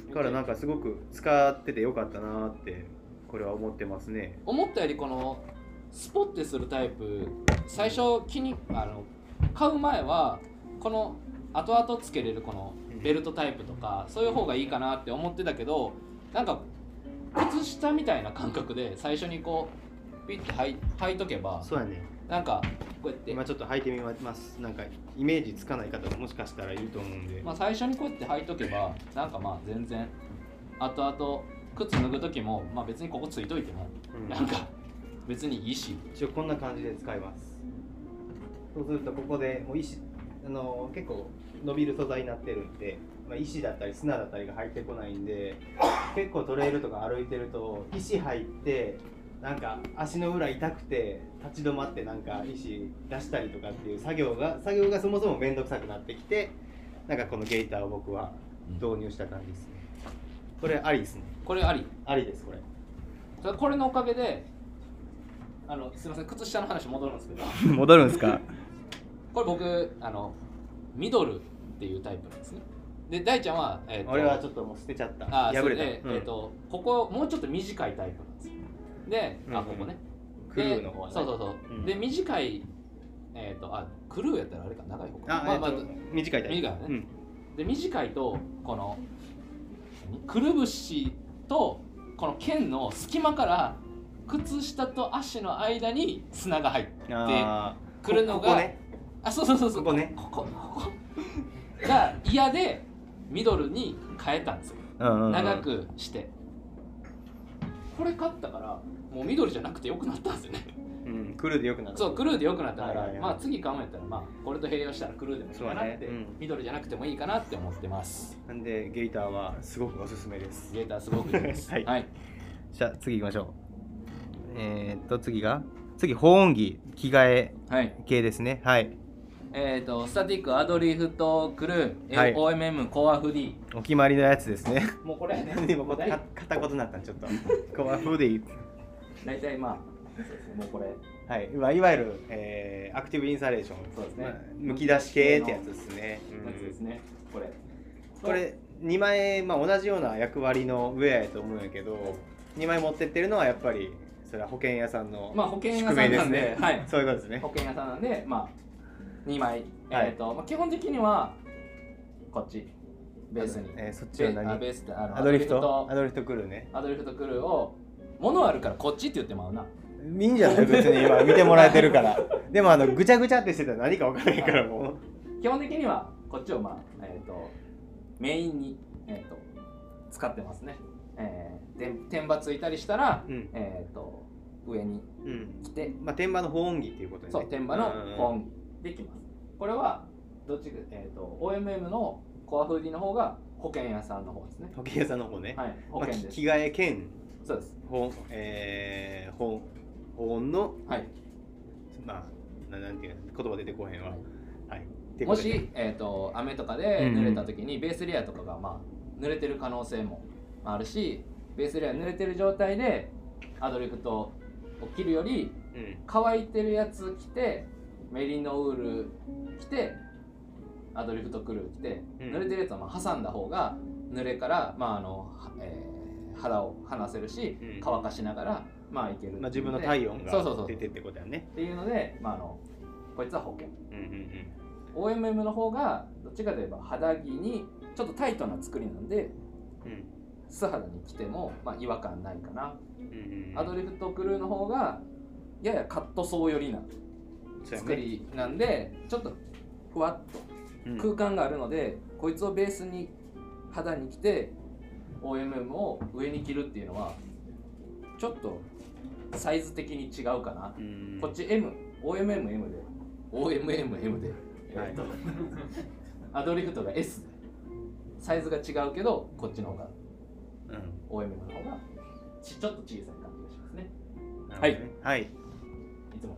Speaker 3: だからなんかすごく使っててよかったなーってこれは思ってますね
Speaker 2: 思ったよりこのスポッてするタイプ最初気にあの買う前はこの後々つけれるこのベルトタイプとかそういう方がいいかなって思ってたけどなんか靴下みたいな感覚で最初にこうピッてはい履いとけば
Speaker 3: そうやね
Speaker 2: なんかこうやって
Speaker 3: 今ちょっと履いてみますなんかイメージつかない方ももしかしたらいると思うんで、
Speaker 2: まあ、最初にこうやって履いとけばなんかまあ全然後々靴脱ぐ時も、まあ、別にここついといても
Speaker 3: うん
Speaker 2: なんか別にいいし
Speaker 3: 一応こんな感じで使いますそうするとここでもう石あの結構伸びる素材になってるんで、まあ、石だったり砂だったりが入ってこないんで結構トレイルとか歩いてると石入ってなんか足の裏痛くて立ち止まってなんか石出したりとかっていう作業が作業がそもそも面倒くさくなってきてなんかこのゲーターを僕は導入した感じですねこれありですね
Speaker 2: これあり
Speaker 3: ありですこれ
Speaker 2: これのおかげであのすいません靴下の話戻るんですけど
Speaker 3: 戻るんです か
Speaker 2: これ僕あのミドルっていうタイプなんですねで大ちゃんは、えーと
Speaker 3: 俺はちょっともう捨てちゃった
Speaker 2: あ
Speaker 3: 破
Speaker 2: 破れ
Speaker 3: れ
Speaker 2: た
Speaker 3: た
Speaker 2: え
Speaker 3: うん
Speaker 2: ーとここもうちょっと短いタイプなんですよで、あ
Speaker 3: うんうん
Speaker 2: ここね
Speaker 3: クルーの方は
Speaker 2: で
Speaker 3: ね
Speaker 2: そうそうそう、
Speaker 3: うん
Speaker 2: で短いえっ、とあクルーやったらあれか長い方か
Speaker 3: あ、
Speaker 2: まあまあ
Speaker 3: えっと短いタイプ
Speaker 2: 短いね
Speaker 3: うん
Speaker 2: で短いとこの何くるぶしとこの剣の隙間から靴下と足の間に砂が入って
Speaker 3: あー
Speaker 2: くるのが
Speaker 3: ここね
Speaker 2: あそうそうそうそう
Speaker 3: ここね
Speaker 2: ここここが嫌でミドルに変えたんですよ長くしてこれ買ったからもうミドルじゃなくてよくなったんですよね
Speaker 3: うんくるでよくなる
Speaker 2: そうクルーでよくなったから、
Speaker 3: はいはいはい
Speaker 2: まあ次買うんやったらまあこれと併用したらクルーでもいいかなって、
Speaker 3: そうだねうん
Speaker 2: ミドルじゃなくてもいいかなって思っ てます
Speaker 3: なんでゲイターはすごくおすすめです
Speaker 2: ゲーターすごくいいです、
Speaker 3: はい
Speaker 2: はい
Speaker 3: じゃあ次行きましょうえーっと次が次保温着着替え
Speaker 2: はい
Speaker 3: 系ですねはい
Speaker 2: えっ、とスタティックアドリフトクルー、
Speaker 3: はい
Speaker 2: OMM コアフディ
Speaker 3: お決まりのやつです ね
Speaker 2: もうこれね
Speaker 3: 今こか片言になったんちょっとコアフーディ
Speaker 2: 大体まあそうですねもうこれ
Speaker 3: はい、まあいわゆる、えーアクティブインサレーション
Speaker 2: そうですね
Speaker 3: まあむき出し系ってやつですね、うん
Speaker 2: やつですね、これ
Speaker 3: これ2枚、まあ、同じような役割のウェアやと思うんやけど2枚持ってってるのはやっぱりそれは保険屋さんの
Speaker 2: まあ保険屋
Speaker 3: 宿
Speaker 2: さんな
Speaker 3: 命
Speaker 2: ん
Speaker 3: で
Speaker 2: で
Speaker 3: ね
Speaker 2: すはい
Speaker 3: そういうことですね
Speaker 2: 保険屋さんなんでまあ2枚、
Speaker 3: はい
Speaker 2: えっ、と、まあ、基本的にはこっちベースに
Speaker 3: えーそっち
Speaker 2: ベ
Speaker 3: は
Speaker 2: あ
Speaker 3: 何
Speaker 2: ベースってあの
Speaker 3: アドリフトアドリフトクルーね
Speaker 2: アドリフトクルーを物あるからこっちって言ってまうな
Speaker 3: いいんじゃない別に今見てもらえてるから でもあのぐちゃぐちゃってしてたら何か分からないからも
Speaker 2: 基本的にはこっちを、まあえー、とメインに、えー、と使ってますね、えー、で天罰ついたりしたら、
Speaker 3: ううん
Speaker 2: えー、と上に
Speaker 3: うん
Speaker 2: 来て
Speaker 3: まあ天馬の保温着っていうことにね
Speaker 2: そう天馬の保温できますこれはどっちか、えー、と OMM のコアフーディの方が保険屋さんの方ですね
Speaker 3: 保険屋さんの方ね、
Speaker 2: はい保
Speaker 3: まあ、
Speaker 2: 険
Speaker 3: き
Speaker 2: です、
Speaker 3: 着替え兼
Speaker 2: そうです
Speaker 3: 保温えー、保温保温の
Speaker 2: はい
Speaker 3: まあななんていうの言葉出てこへんわ
Speaker 2: は
Speaker 3: はいい、ってこ
Speaker 2: も
Speaker 3: とで
Speaker 2: し、えー、と雨とかで濡れた時にベースレアとかが、まあ、濡れてる可能性もあるしベースレア濡れてる状態でアドリフトを切るより
Speaker 3: うん
Speaker 2: 乾いてるやつ着てメリノウール着てアドリフトクルー着て
Speaker 3: うん
Speaker 2: 濡れてるやつはまあ挟んだ方が濡れから、まああのはえー肌を離せるし
Speaker 3: うん
Speaker 2: 乾かしながら、まあいける
Speaker 3: まあ、自分の体温が
Speaker 2: そうそうそう
Speaker 3: 出
Speaker 2: って
Speaker 3: ってことやね
Speaker 2: ていうので、まあ、あのこいつは保険
Speaker 3: うんうん
Speaker 2: OMM の方がどっちかといえば肌着にちょっとタイトな作りなんで
Speaker 3: うん
Speaker 2: 素肌に着ても、まあ、違和感ないかな、
Speaker 3: うんうんうん
Speaker 2: アドリフトクルーの方がややカットソー寄りな
Speaker 3: そうやね
Speaker 2: 作りなんでちょっとふわっ
Speaker 3: うん
Speaker 2: と空間があるので、こいつをベースに肌に着て OMM を上に着るっていうのはちょっとサイズ的に違うかな、
Speaker 3: うん
Speaker 2: こっち MOMMM で OMMM で、え
Speaker 3: はい
Speaker 2: っとアドリフトが S でサイズが違うけどこっちの方が
Speaker 3: うん
Speaker 2: OM の方がちちょっと小さい感じがしますね
Speaker 3: なるほどね
Speaker 2: はい
Speaker 3: はい
Speaker 2: いつもの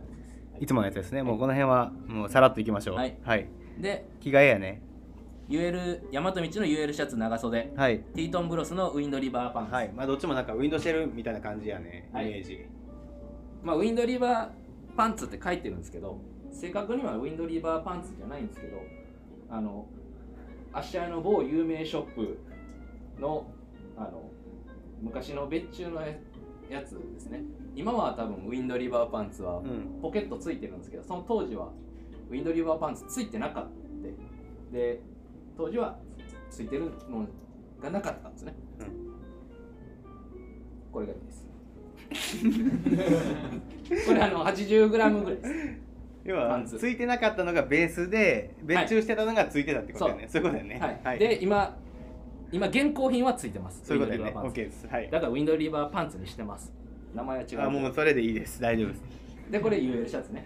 Speaker 2: やつです
Speaker 3: いつものやつですね。もうこの辺はもうさらっといきましょう。
Speaker 2: はいで
Speaker 3: 着替えやね。
Speaker 2: UL 大和道の UL シャツ長袖
Speaker 3: はい。
Speaker 2: ティートンブロスのウィンドリバーパンツ、
Speaker 3: はい。まあどっちもなんかウィンドシェルみたいな感じやね。イ
Speaker 2: はい
Speaker 3: メージ。
Speaker 2: まあ、ウィンドリバーパンツって書いてるんですけど正確にはウィンドリバーパンツじゃないんですけどあの芦屋の某有名ショップのあの昔の別注のややつですね今は多分ウィンドリバーパンツは
Speaker 3: うん。
Speaker 2: ポケットついてるんですけどその当時はウィンドリバーパンツついてなかったで当時はついてるのがなかったんですね、
Speaker 3: う
Speaker 2: これがいいですこれあの 80g ぐらいです
Speaker 3: 要
Speaker 2: パ
Speaker 3: は
Speaker 2: ンツ
Speaker 3: ついてなかったのがベースで別注してたのがついてたってことだよね。そういうことだよね。
Speaker 2: はい、で今今現行品はついてます
Speaker 3: そういうことだよね。
Speaker 2: ウィンドリ
Speaker 3: オ
Speaker 2: バーパ
Speaker 3: ッ
Speaker 2: ンツ
Speaker 3: ケーです。はい。
Speaker 2: だからウィンドリバーパンツにしてます名前は違
Speaker 3: あ
Speaker 2: う
Speaker 3: もうそれでいいです。大丈夫です。
Speaker 2: でこれ UL シャツね、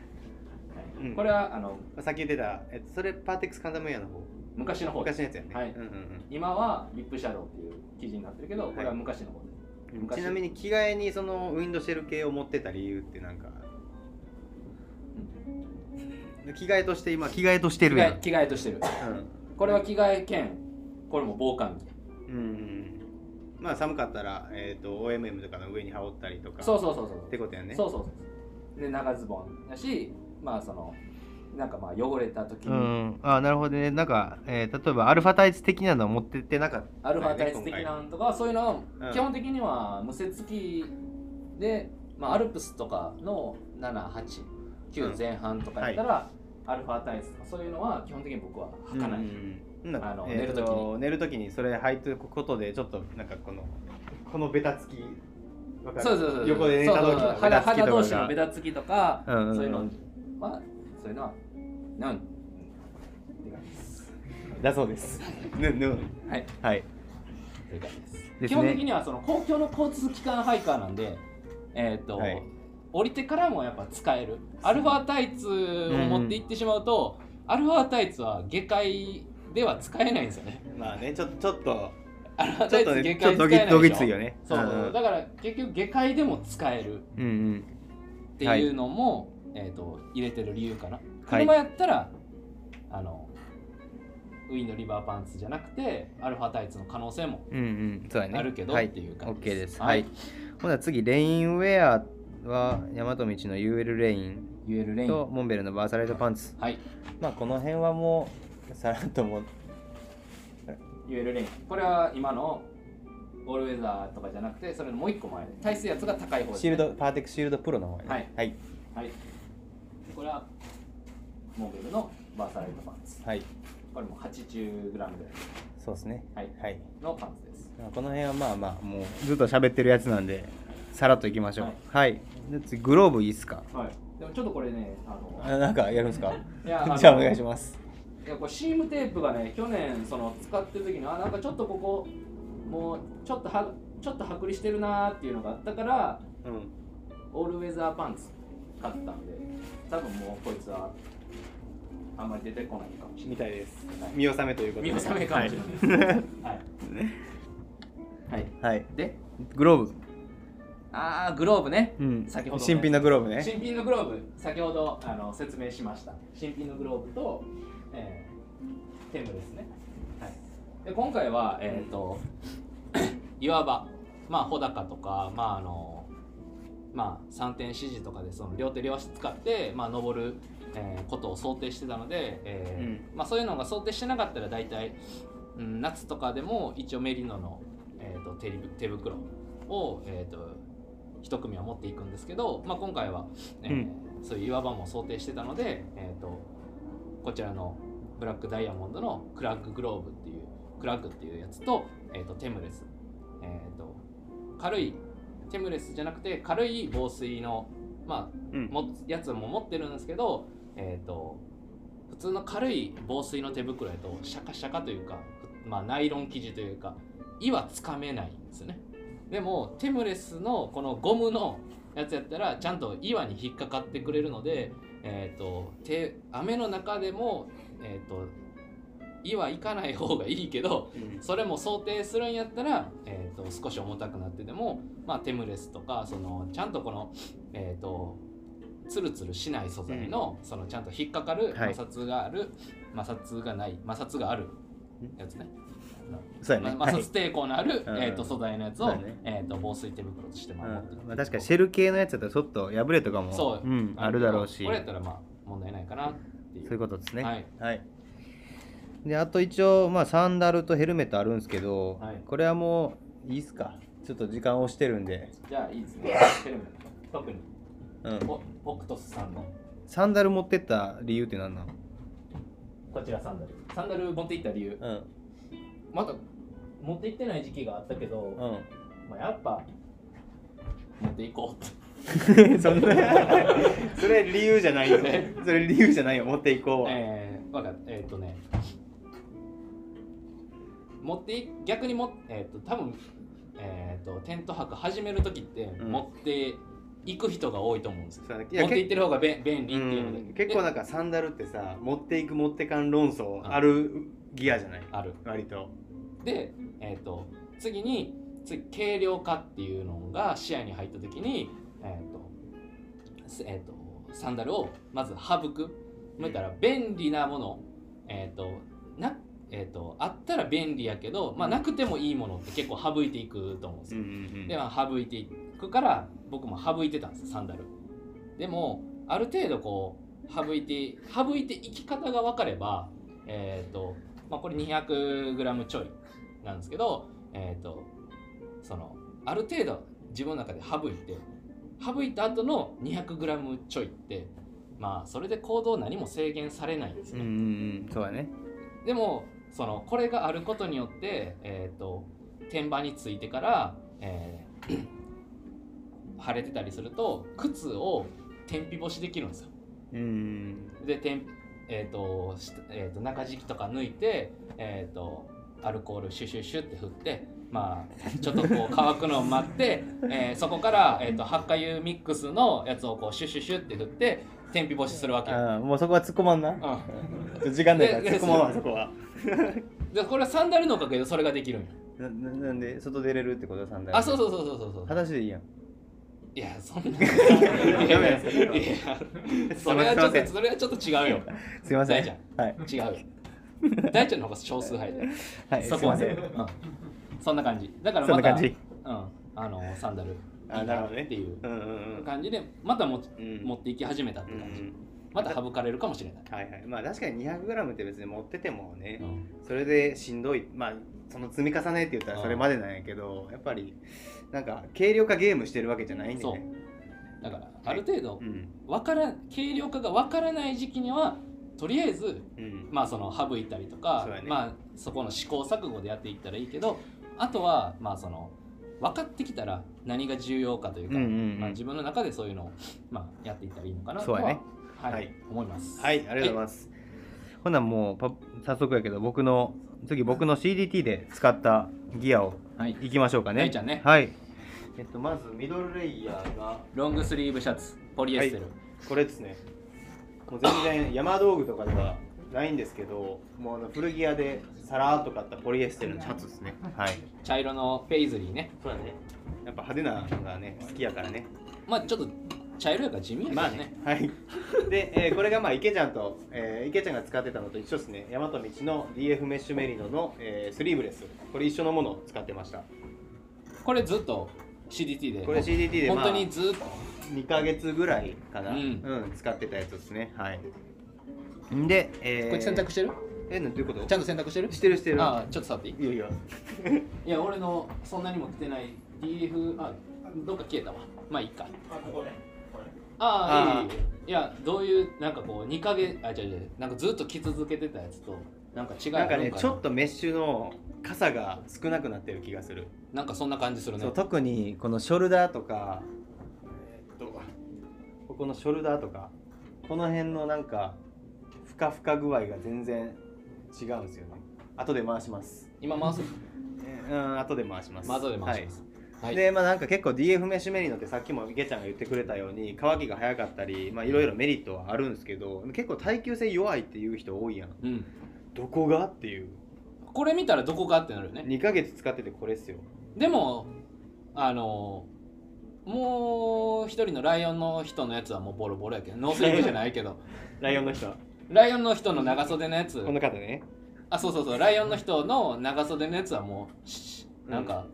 Speaker 2: はい
Speaker 3: うん
Speaker 2: これはあの
Speaker 3: さっき言ってたえっとそれパーテックスカンダムエアの方。
Speaker 2: 昔の方です
Speaker 3: 昔のやつやね。
Speaker 2: はい
Speaker 3: うんうん
Speaker 2: 今はリップシャドウっていう記事になってるけどこれは昔の方です、
Speaker 3: うん。
Speaker 2: 昔
Speaker 3: ちなみに着替えにそのウィンドシェル系を持ってた理由ってなんか。着替えとして今着替えとして
Speaker 2: 着
Speaker 3: る
Speaker 2: 替
Speaker 3: や
Speaker 2: え
Speaker 3: ん。
Speaker 2: 着替えとしてる
Speaker 3: うん。
Speaker 2: これは着替え兼これも防寒
Speaker 3: うんまあ寒かったら、えー、と OMM とかの上に羽織ったりとか
Speaker 2: 着そう
Speaker 3: う
Speaker 2: そうそうそう
Speaker 3: ってことやね
Speaker 2: そうそうそうで長ズボンだしまあそのなんかまあ汚れた時
Speaker 3: う
Speaker 2: に
Speaker 3: んあなるほどねなんか、えー例えばアルファタイツ的なのは持ってってなかっ
Speaker 2: アルファ体質的なのとかそういうの
Speaker 3: う
Speaker 2: は
Speaker 3: ん
Speaker 2: 基本的には無接機でまあアルプスとかの789
Speaker 3: うん
Speaker 2: 前半とかやったらアルファ体質とかそういうのは基本的に僕は
Speaker 3: た
Speaker 2: 履かない
Speaker 3: うんうん
Speaker 2: あの
Speaker 3: えー
Speaker 2: 寝る時に
Speaker 3: 寝る時にそれ履いておくことでちょっとなんかこのこのベタつきわかる
Speaker 2: そうそうそう
Speaker 3: 横で寝
Speaker 2: そう
Speaker 3: た
Speaker 2: そう
Speaker 3: 時
Speaker 2: そう
Speaker 3: のベ
Speaker 2: 肌
Speaker 3: タつき
Speaker 2: 肌
Speaker 3: と
Speaker 2: 同
Speaker 3: か
Speaker 2: 士の
Speaker 3: が
Speaker 2: ベタつきとか
Speaker 3: うんうんうん
Speaker 2: そういうのはそういうのはなん
Speaker 3: だそうですぬぬ
Speaker 2: はい
Speaker 3: はい
Speaker 2: 正解です
Speaker 3: ですね
Speaker 2: 基本的にはその公共の交通機関ハイカーなんで、えーと
Speaker 3: はい
Speaker 2: 降りてからもやっぱ使えるアルファタイツを持って行ってしまうと、アルファタイツは下界では使えないんですよね
Speaker 3: まあねちょちょっと
Speaker 2: アルファ
Speaker 3: ち
Speaker 2: タ
Speaker 3: ょっ
Speaker 2: イツ
Speaker 3: と
Speaker 2: 下
Speaker 3: ねちょっと
Speaker 2: 界で使えな
Speaker 3: ド
Speaker 2: い
Speaker 3: キ
Speaker 2: でしょ
Speaker 3: ドキついよね
Speaker 2: そうそう
Speaker 3: うん
Speaker 2: だから結局下界でも使えるっ
Speaker 3: うんうん
Speaker 2: ていうのも、えー、と入れてる理由かな
Speaker 3: はい
Speaker 2: 車やったら、あのウィンドリバーパンツじゃなくてアルファタイツの可能性も
Speaker 3: うんうんそうやね
Speaker 2: あるけど
Speaker 3: は
Speaker 2: っていう感じ
Speaker 3: OK
Speaker 2: です
Speaker 3: です
Speaker 2: は
Speaker 3: はいい、ほな次レインウェアは大和道の UL レイン
Speaker 2: 言えるレイン
Speaker 3: とモンベルのバーサライトパンツ
Speaker 2: はい
Speaker 3: まあこの辺はもうさらっともう
Speaker 2: 言えるレインこれは今のオールウェザーとかじゃなくてそれのもう一個前で耐水圧が高い方です
Speaker 3: シー
Speaker 2: ね、
Speaker 3: ルドパーテックシールドプロの方やね
Speaker 2: はい
Speaker 3: はい
Speaker 2: はいこれはモーベルのバーサライトパンツ
Speaker 3: はい
Speaker 2: これも 80g ぐらい
Speaker 3: そうですね
Speaker 2: はい
Speaker 3: はい
Speaker 2: のパンツです
Speaker 3: まあこの辺はまあまあもうずっと喋ってるやつなんでさらっといきましょうはい、で次グローブいいっすか
Speaker 2: はい、でもちょっとこれねあの
Speaker 3: あなんかやるんですか
Speaker 2: い やあの
Speaker 3: じゃあお願いします
Speaker 2: いやこれシームテープがね去年その使ってる時にあなんかちょっとここもうちょっとはちょっと剥離してるなーっていうのがあったから
Speaker 3: うん
Speaker 2: オールウェザーパンツ買ったんで多分もうこいつはあんまり出てこないかもし
Speaker 3: み
Speaker 2: れな
Speaker 3: た
Speaker 2: い
Speaker 3: いです見納めということで
Speaker 2: 見納めかもしれないですはい、はい
Speaker 3: はい
Speaker 2: で
Speaker 3: グローブ、
Speaker 2: ああグローブね、
Speaker 3: うん、
Speaker 2: 先ほどね
Speaker 3: 新品のグローブね
Speaker 2: 新品のグローブ先ほどあの説明しました新品のグローブと、えーテーブルですね、はい、で今回はえっ、と いわばまあ穂高とかまああのまあ3点指示とかでその両手両足使ってまあ登る、えーことを想定してたので、えーまあそういうのが想定してなかったら大体、うん、夏とかでも一応メリノの、えー、と手り手袋をえっ、と一組は持っていくんですけど、まあ、今回は、えー
Speaker 3: うん
Speaker 2: そういう岩場も想定してたので、えー、とこちらのブラックダイヤモンドのクラッググローブっていうクラッグっていうやつと,、えー、とテムレス、えー、と軽いテムレスじゃなくて軽い防水の、まあ、
Speaker 3: うん
Speaker 2: もやつも持ってるんですけど、えー、と普通の軽い防水の手袋やとシャカシャカというか、まあ、ナイロン生地というか意はつかめないんですよね。でもテムレスのこのゴムのやつやったらちゃんと岩に引っかかってくれるので、えー、と手雨の中でも、えー、と岩行かない方がいいけど
Speaker 3: うん
Speaker 2: それも想定するんやったら、えー、と少し重たくなってでも、まあ、テムレスとかそのちゃんとこの、えー、とツルツルしない素材の,、そのちゃんと引っかかる
Speaker 3: は
Speaker 2: 摩
Speaker 3: い
Speaker 2: 擦がある、摩擦がない摩擦があるやつね。
Speaker 3: そうやね、は
Speaker 2: まあ、摩
Speaker 3: い
Speaker 2: 擦抵抗のある、
Speaker 3: うん
Speaker 2: えー、と素材のやつ
Speaker 3: そう
Speaker 2: を、
Speaker 3: ね
Speaker 2: えー、と防水手袋として
Speaker 3: う
Speaker 2: 守ってる
Speaker 3: んまあ、確かにシェル系のやつだったらちょっと破れとかも、
Speaker 2: そうん
Speaker 3: あるだろうし
Speaker 2: これやったらまあ問題ないかなっていう
Speaker 3: そういうことですね
Speaker 2: はい、
Speaker 3: はいであと一応、まあ、サンダルとヘルメットあるんですけど、
Speaker 2: はい
Speaker 3: これはもういいっすかちょっと時間押してるんで、
Speaker 2: じゃあいいですねヘルメット特に
Speaker 3: うん、
Speaker 2: オオクトスさんの
Speaker 3: サンダル持ってった理由って何なの、
Speaker 2: こちらサンダルサンダル持っていった理由
Speaker 3: うん
Speaker 2: まだ持っていってない時期があったけど、
Speaker 3: う
Speaker 2: まあ、やっぱ持っていこうって
Speaker 3: ん、 そんなそれ理由じゃないよそれ理由じゃないよ持っていこう、
Speaker 2: えー、わかったえーっ、とね持ってい逆にもえーっ、と多分えーっ、とテント泊始める時って
Speaker 3: ん
Speaker 2: 持っていく人が多いと思うんですよ、
Speaker 3: そうだねい
Speaker 2: 持
Speaker 3: や
Speaker 2: っていっ
Speaker 3: け
Speaker 2: てる方が便便利
Speaker 3: う
Speaker 2: っていうので、
Speaker 3: ん結構なんかサンダルってさ持っていく持ってかん論争あるギアじゃない
Speaker 2: ある
Speaker 3: 割と
Speaker 2: で、えー、と次に次軽量化っていうのが視野に入った時に、えーとすえー、とサンダルをまず省く見たら便利なもの、えーとなえー、とあったら便利やけど、まあ、なくてもいいものって結構省いていくと思うんですよ
Speaker 3: ん
Speaker 2: では省いていくから僕も省いてたんですサンダルでもある程度こう省いて省いていき方が分かればえっ、とまあこれ 200g ちょいなんですけどえっ、とそのある程度自分の中で省いて省いた後の 200g ちょいってまあそれで行動何も制限されないんです
Speaker 3: う
Speaker 2: よ
Speaker 3: ん
Speaker 2: ね、
Speaker 3: うんうんそうだね
Speaker 2: でもそのこれがあることによって、えー、と天板についてから、えー 腫れてたりすると靴を天日干しできるんですよ。
Speaker 3: うん
Speaker 2: で天、えーとしえー、と中敷きとか抜いて、えー、とアルコールシュシュシュって振って、まあ、ちょっとこう乾くのを待って、 えーそこから、えー、と発火油ミックスのやつをこうシュシュシュって振って天日干しするわけよ。
Speaker 3: あーもうそこは突っ込まんな、
Speaker 2: うん
Speaker 3: ちょ時間ないから
Speaker 2: で
Speaker 3: 突っ込まんわそこは
Speaker 2: でこれはサンダルのおかげでそれができるんよ。
Speaker 3: なななんで外出れるってことサンダル
Speaker 2: あそうそうそうそうそうそう。
Speaker 3: 裸足でいいやん
Speaker 2: いや、そんな。
Speaker 3: メ
Speaker 2: い
Speaker 3: なん
Speaker 2: や
Speaker 3: ですか
Speaker 2: いやそれはちょっと、それはちょっと違うよ。
Speaker 3: すいません
Speaker 2: 大ちゃ
Speaker 3: はい、
Speaker 2: 違うよ。大ちゃんの方が少数派や
Speaker 3: はい、す
Speaker 2: で。
Speaker 3: い
Speaker 2: そこは
Speaker 3: ま
Speaker 2: ね
Speaker 3: せん
Speaker 2: うんそんな感じ。だから
Speaker 3: そん
Speaker 2: ま
Speaker 3: な
Speaker 2: た、
Speaker 3: 感
Speaker 2: うん
Speaker 3: じ、
Speaker 2: あの、サンダル。
Speaker 3: あなるほどね
Speaker 2: っていう
Speaker 3: うんうん
Speaker 2: 感じで、またも
Speaker 3: うんうん
Speaker 2: 持っていき始めたって
Speaker 3: うんう
Speaker 2: 感じ。
Speaker 3: ん
Speaker 2: また省かれるかもしれない。
Speaker 3: はいはいまあ確かに 200g って別に持っててもね
Speaker 2: うん
Speaker 3: それでしんどいまあその積み重ねって言ったらそれまでなんやけどやっぱりなんか軽量化ゲームしてるわけじゃないんで
Speaker 2: そう
Speaker 3: ね。
Speaker 2: だから、ある程度
Speaker 3: う、ん
Speaker 2: わから、軽量化がわからない時期には、とりあえず、
Speaker 3: うん
Speaker 2: まあその省いたりとか
Speaker 3: そうやね
Speaker 2: まあ、そこの試行錯誤でやっていったらいいけどあとはまあその分かってきたら何が重要かというか、
Speaker 3: うんうんうん
Speaker 2: まあ、自分の中でそういうのを、まあ、やっていったらいいのかなと
Speaker 3: そう
Speaker 2: は、
Speaker 3: やね
Speaker 2: はい
Speaker 3: はい
Speaker 2: 思います。
Speaker 3: はい、ありがとうございます。ほなもうパ早速やけど僕の次僕の CDT で使ったギアを
Speaker 2: はい
Speaker 3: いきましょうかね。
Speaker 2: 大ちゃんね
Speaker 3: はい。えっとまずミドルレイヤーが
Speaker 2: ロングスリーブシャツポリエステル、
Speaker 3: これですね。もう全然山道具とかではないんですけど、もうあの古着屋でさらーっと買ったポリエステルのシャツですね。はい。
Speaker 2: 茶色のペイズリーね
Speaker 1: そうだね
Speaker 3: やっぱ派手なのがね好きやからね。
Speaker 2: まあちょっと茶色やから地味やけど
Speaker 3: まあ
Speaker 2: ね,、
Speaker 3: ね、はい。で、えーこれがまあ池ちゃんと、えー、池ちゃんが使ってたのと一緒ですね。大和道の DF メッシュメリノの、えースリーブレス。これ一緒のものを使ってました。
Speaker 2: これずっと CDT で
Speaker 3: これ CDT で、ま
Speaker 2: 本
Speaker 3: あ、
Speaker 2: 当にずっと
Speaker 3: 2ヶ月ぐらいかな、
Speaker 2: う
Speaker 3: うんん、使ってたやつですね。はい。で、えー、
Speaker 2: これ洗濯してる、
Speaker 3: え、なんていうこと
Speaker 2: ちゃんと洗濯してる
Speaker 3: してるしてる。
Speaker 2: ああちょっと触っていい
Speaker 3: いやいや。
Speaker 2: いや俺のそんなにも着てない DF あどっか消えたわまあいいか
Speaker 1: あここねこれ
Speaker 2: ああ
Speaker 3: ああ
Speaker 2: いいいいいやどういうなんかこう2か月あ違う違うなんかずっと着続けてたやつとなんか違い
Speaker 3: な
Speaker 2: ある
Speaker 3: ん
Speaker 2: か
Speaker 3: か
Speaker 2: な
Speaker 3: ね、ちょっとメッシュの傘が少なくなってる気がする。
Speaker 2: なんかそんな感じするね
Speaker 3: そう特にこのショルダーとか、えーっとここのショルダーとかこの辺のなんかふかふか具合が全然違うんですよね後で回します、
Speaker 2: 今回す
Speaker 3: えーうん後で回します
Speaker 2: まずで回します、
Speaker 3: は
Speaker 2: はいい
Speaker 3: でまあなんか結構 DF メッシュメリノってさっきも池ちゃんが言ってくれたように乾きが早かったりまあいろいろメリットはあるんですけど結構耐久性弱いっていう人多いやん
Speaker 2: うん、
Speaker 3: どこがっていう
Speaker 2: これ見たらどこかってなるよね
Speaker 3: 2ヶ月使っててこれっすよ
Speaker 2: でもあのもう一人のライオンの人のやつはもうボロボロやけどノースリーブじゃないけ ど
Speaker 3: ライオンの人
Speaker 2: ライオンの人の長袖のやつ
Speaker 3: この方ね
Speaker 2: あそうそうそうライオンの人の長袖のやつはもうしなんか、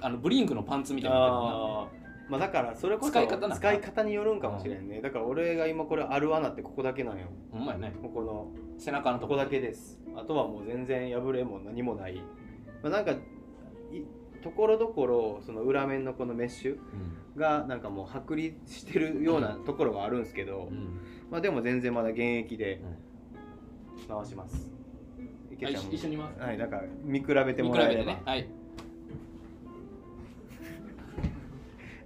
Speaker 2: あのブリンクのパンツみたいになってるもんな
Speaker 3: あーまあだからそれこそ
Speaker 2: 使い方なんか
Speaker 3: 使い方によるんかもしれんねだから俺が今これある穴ってここだけなんよ
Speaker 2: ほんまやね
Speaker 3: ここの
Speaker 2: 背中のと
Speaker 3: こ
Speaker 2: こ
Speaker 3: こだけですあとはもう全然破れも何もない、まあ、なんかいところどころその裏面のこのメッシュ
Speaker 2: うん
Speaker 3: がなんかもう剥離してるようなところはあるんですけど、
Speaker 2: うん
Speaker 3: まあでも全然まだ現役で
Speaker 2: うん
Speaker 3: 回します、池
Speaker 2: あ
Speaker 3: ちゃんも
Speaker 2: 一緒に回す
Speaker 3: はいだから見比べて
Speaker 2: 見
Speaker 3: も
Speaker 2: 比
Speaker 3: らえ
Speaker 2: べ
Speaker 3: れ
Speaker 2: て
Speaker 3: ば
Speaker 2: ねはい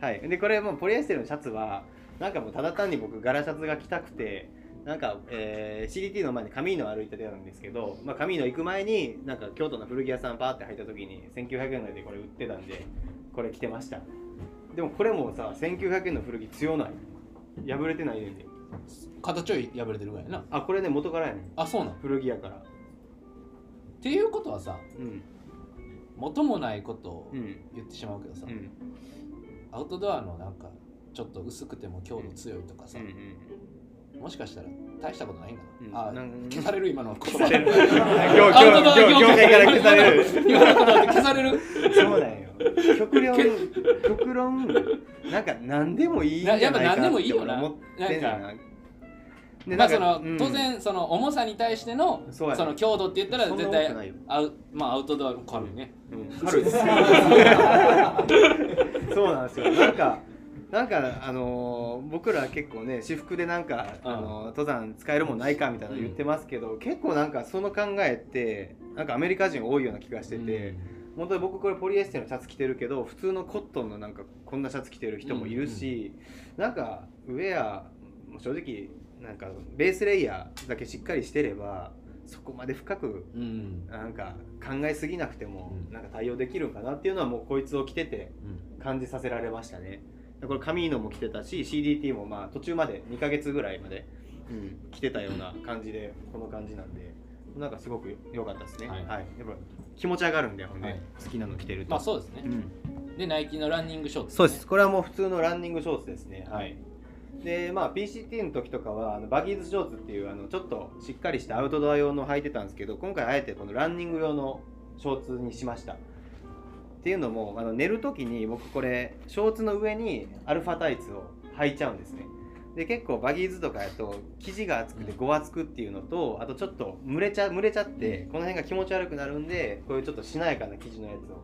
Speaker 3: はい、でこれもうポリエステルのシャツはなんかもうただ単に僕柄シャツが着たくてなんか、えー CDT の前にカミーノを歩いてたんですけど、まあ、カミーノ行く前になんか京都の古着屋さんパーって入った時に1900円ぐらいでこれ売ってたんでこれ着てましたでもこれもさ1900円の古着強ない破れてないねんで
Speaker 2: 肩ちょい破れてるぐらいやな
Speaker 3: あこれね元からやねん
Speaker 2: あそうなのっ
Speaker 3: 古着やから
Speaker 2: ていうことはさ
Speaker 3: うん
Speaker 2: 元もないことを
Speaker 3: うん
Speaker 2: 言ってしまうけどさ、
Speaker 3: うん
Speaker 2: アウトドアのなんかちょっと薄くても強度強いとか
Speaker 3: う
Speaker 2: さ、
Speaker 3: ん
Speaker 2: もしかしたら大したことないんか
Speaker 3: うん
Speaker 2: な、
Speaker 3: な
Speaker 2: あ
Speaker 3: んか
Speaker 2: 消される今の言
Speaker 3: 今
Speaker 2: 葉
Speaker 3: 日今日
Speaker 2: アウトドア業
Speaker 3: 今日今日
Speaker 2: 界
Speaker 3: から消される
Speaker 2: 今の言葉って消される
Speaker 3: そうなんよ。極論、極論、なんか何でもいいんじゃないかなって俺思ってんだ
Speaker 2: な
Speaker 3: な。で
Speaker 2: まあその、
Speaker 3: うん
Speaker 2: 当然その重さに対してのそ,、
Speaker 3: そうやね
Speaker 2: の強度って言ったら
Speaker 3: そんな
Speaker 2: 絶
Speaker 3: 多
Speaker 2: 対
Speaker 3: くないよ
Speaker 2: アウ,、まあ、アウトドア軽いね
Speaker 3: うん軽いですそうなんですよ。なんか、なんか、あのー僕ら結構ね、私服でなんか、
Speaker 2: うん
Speaker 3: あのー登山使えるもんないかみたいなの言ってますけど、結構なんかその考えって、なんかアメリカ人多いような気がしてて、本当に僕これポリエステルのシャツ着てるけど普通のコットンのなんかこんなシャツ着てる人もいるし、なんかウェアも正直なんかベースレイヤーだけしっかりしてればそこまで深く
Speaker 2: うん、うん
Speaker 3: なんか考えすぎなくても
Speaker 2: うん
Speaker 3: なんか対応できるんかなっていうのはもうこいつを着てて
Speaker 2: うん
Speaker 3: 感じさせられましたねこれカミーノも着てたし CDT もまあ途中まで2ヶ月ぐらいまで、うん、着てたような感じでこの感じなんでなんかすごく良かったですね
Speaker 2: は
Speaker 3: はいい、やっぱ気持ち上がるんでほんで、
Speaker 2: はい
Speaker 3: 好きなの着てると
Speaker 2: まあそうですね
Speaker 3: う、ん
Speaker 2: でナイキのランニングショーツ、ね、
Speaker 3: そうですこれはもう普通のランニングショーツですねはいでまあ PCT の時とかはあのバギーズショーツっていうあのちょっとしっかりしたアウトドア用の履いてたんですけど今回あえてこのランニング用のショーツにしましたっていうのもあの寝る時に僕これショーツの上にアルファタイツを履いちゃうんですねで結構バギーズとかやと生地が厚くてごわつくっていうのとあとちょっと蒸れちゃ蒸れちゃってこの辺が気持ち悪くなるんでこういうちょっとしなやかな生地のやつを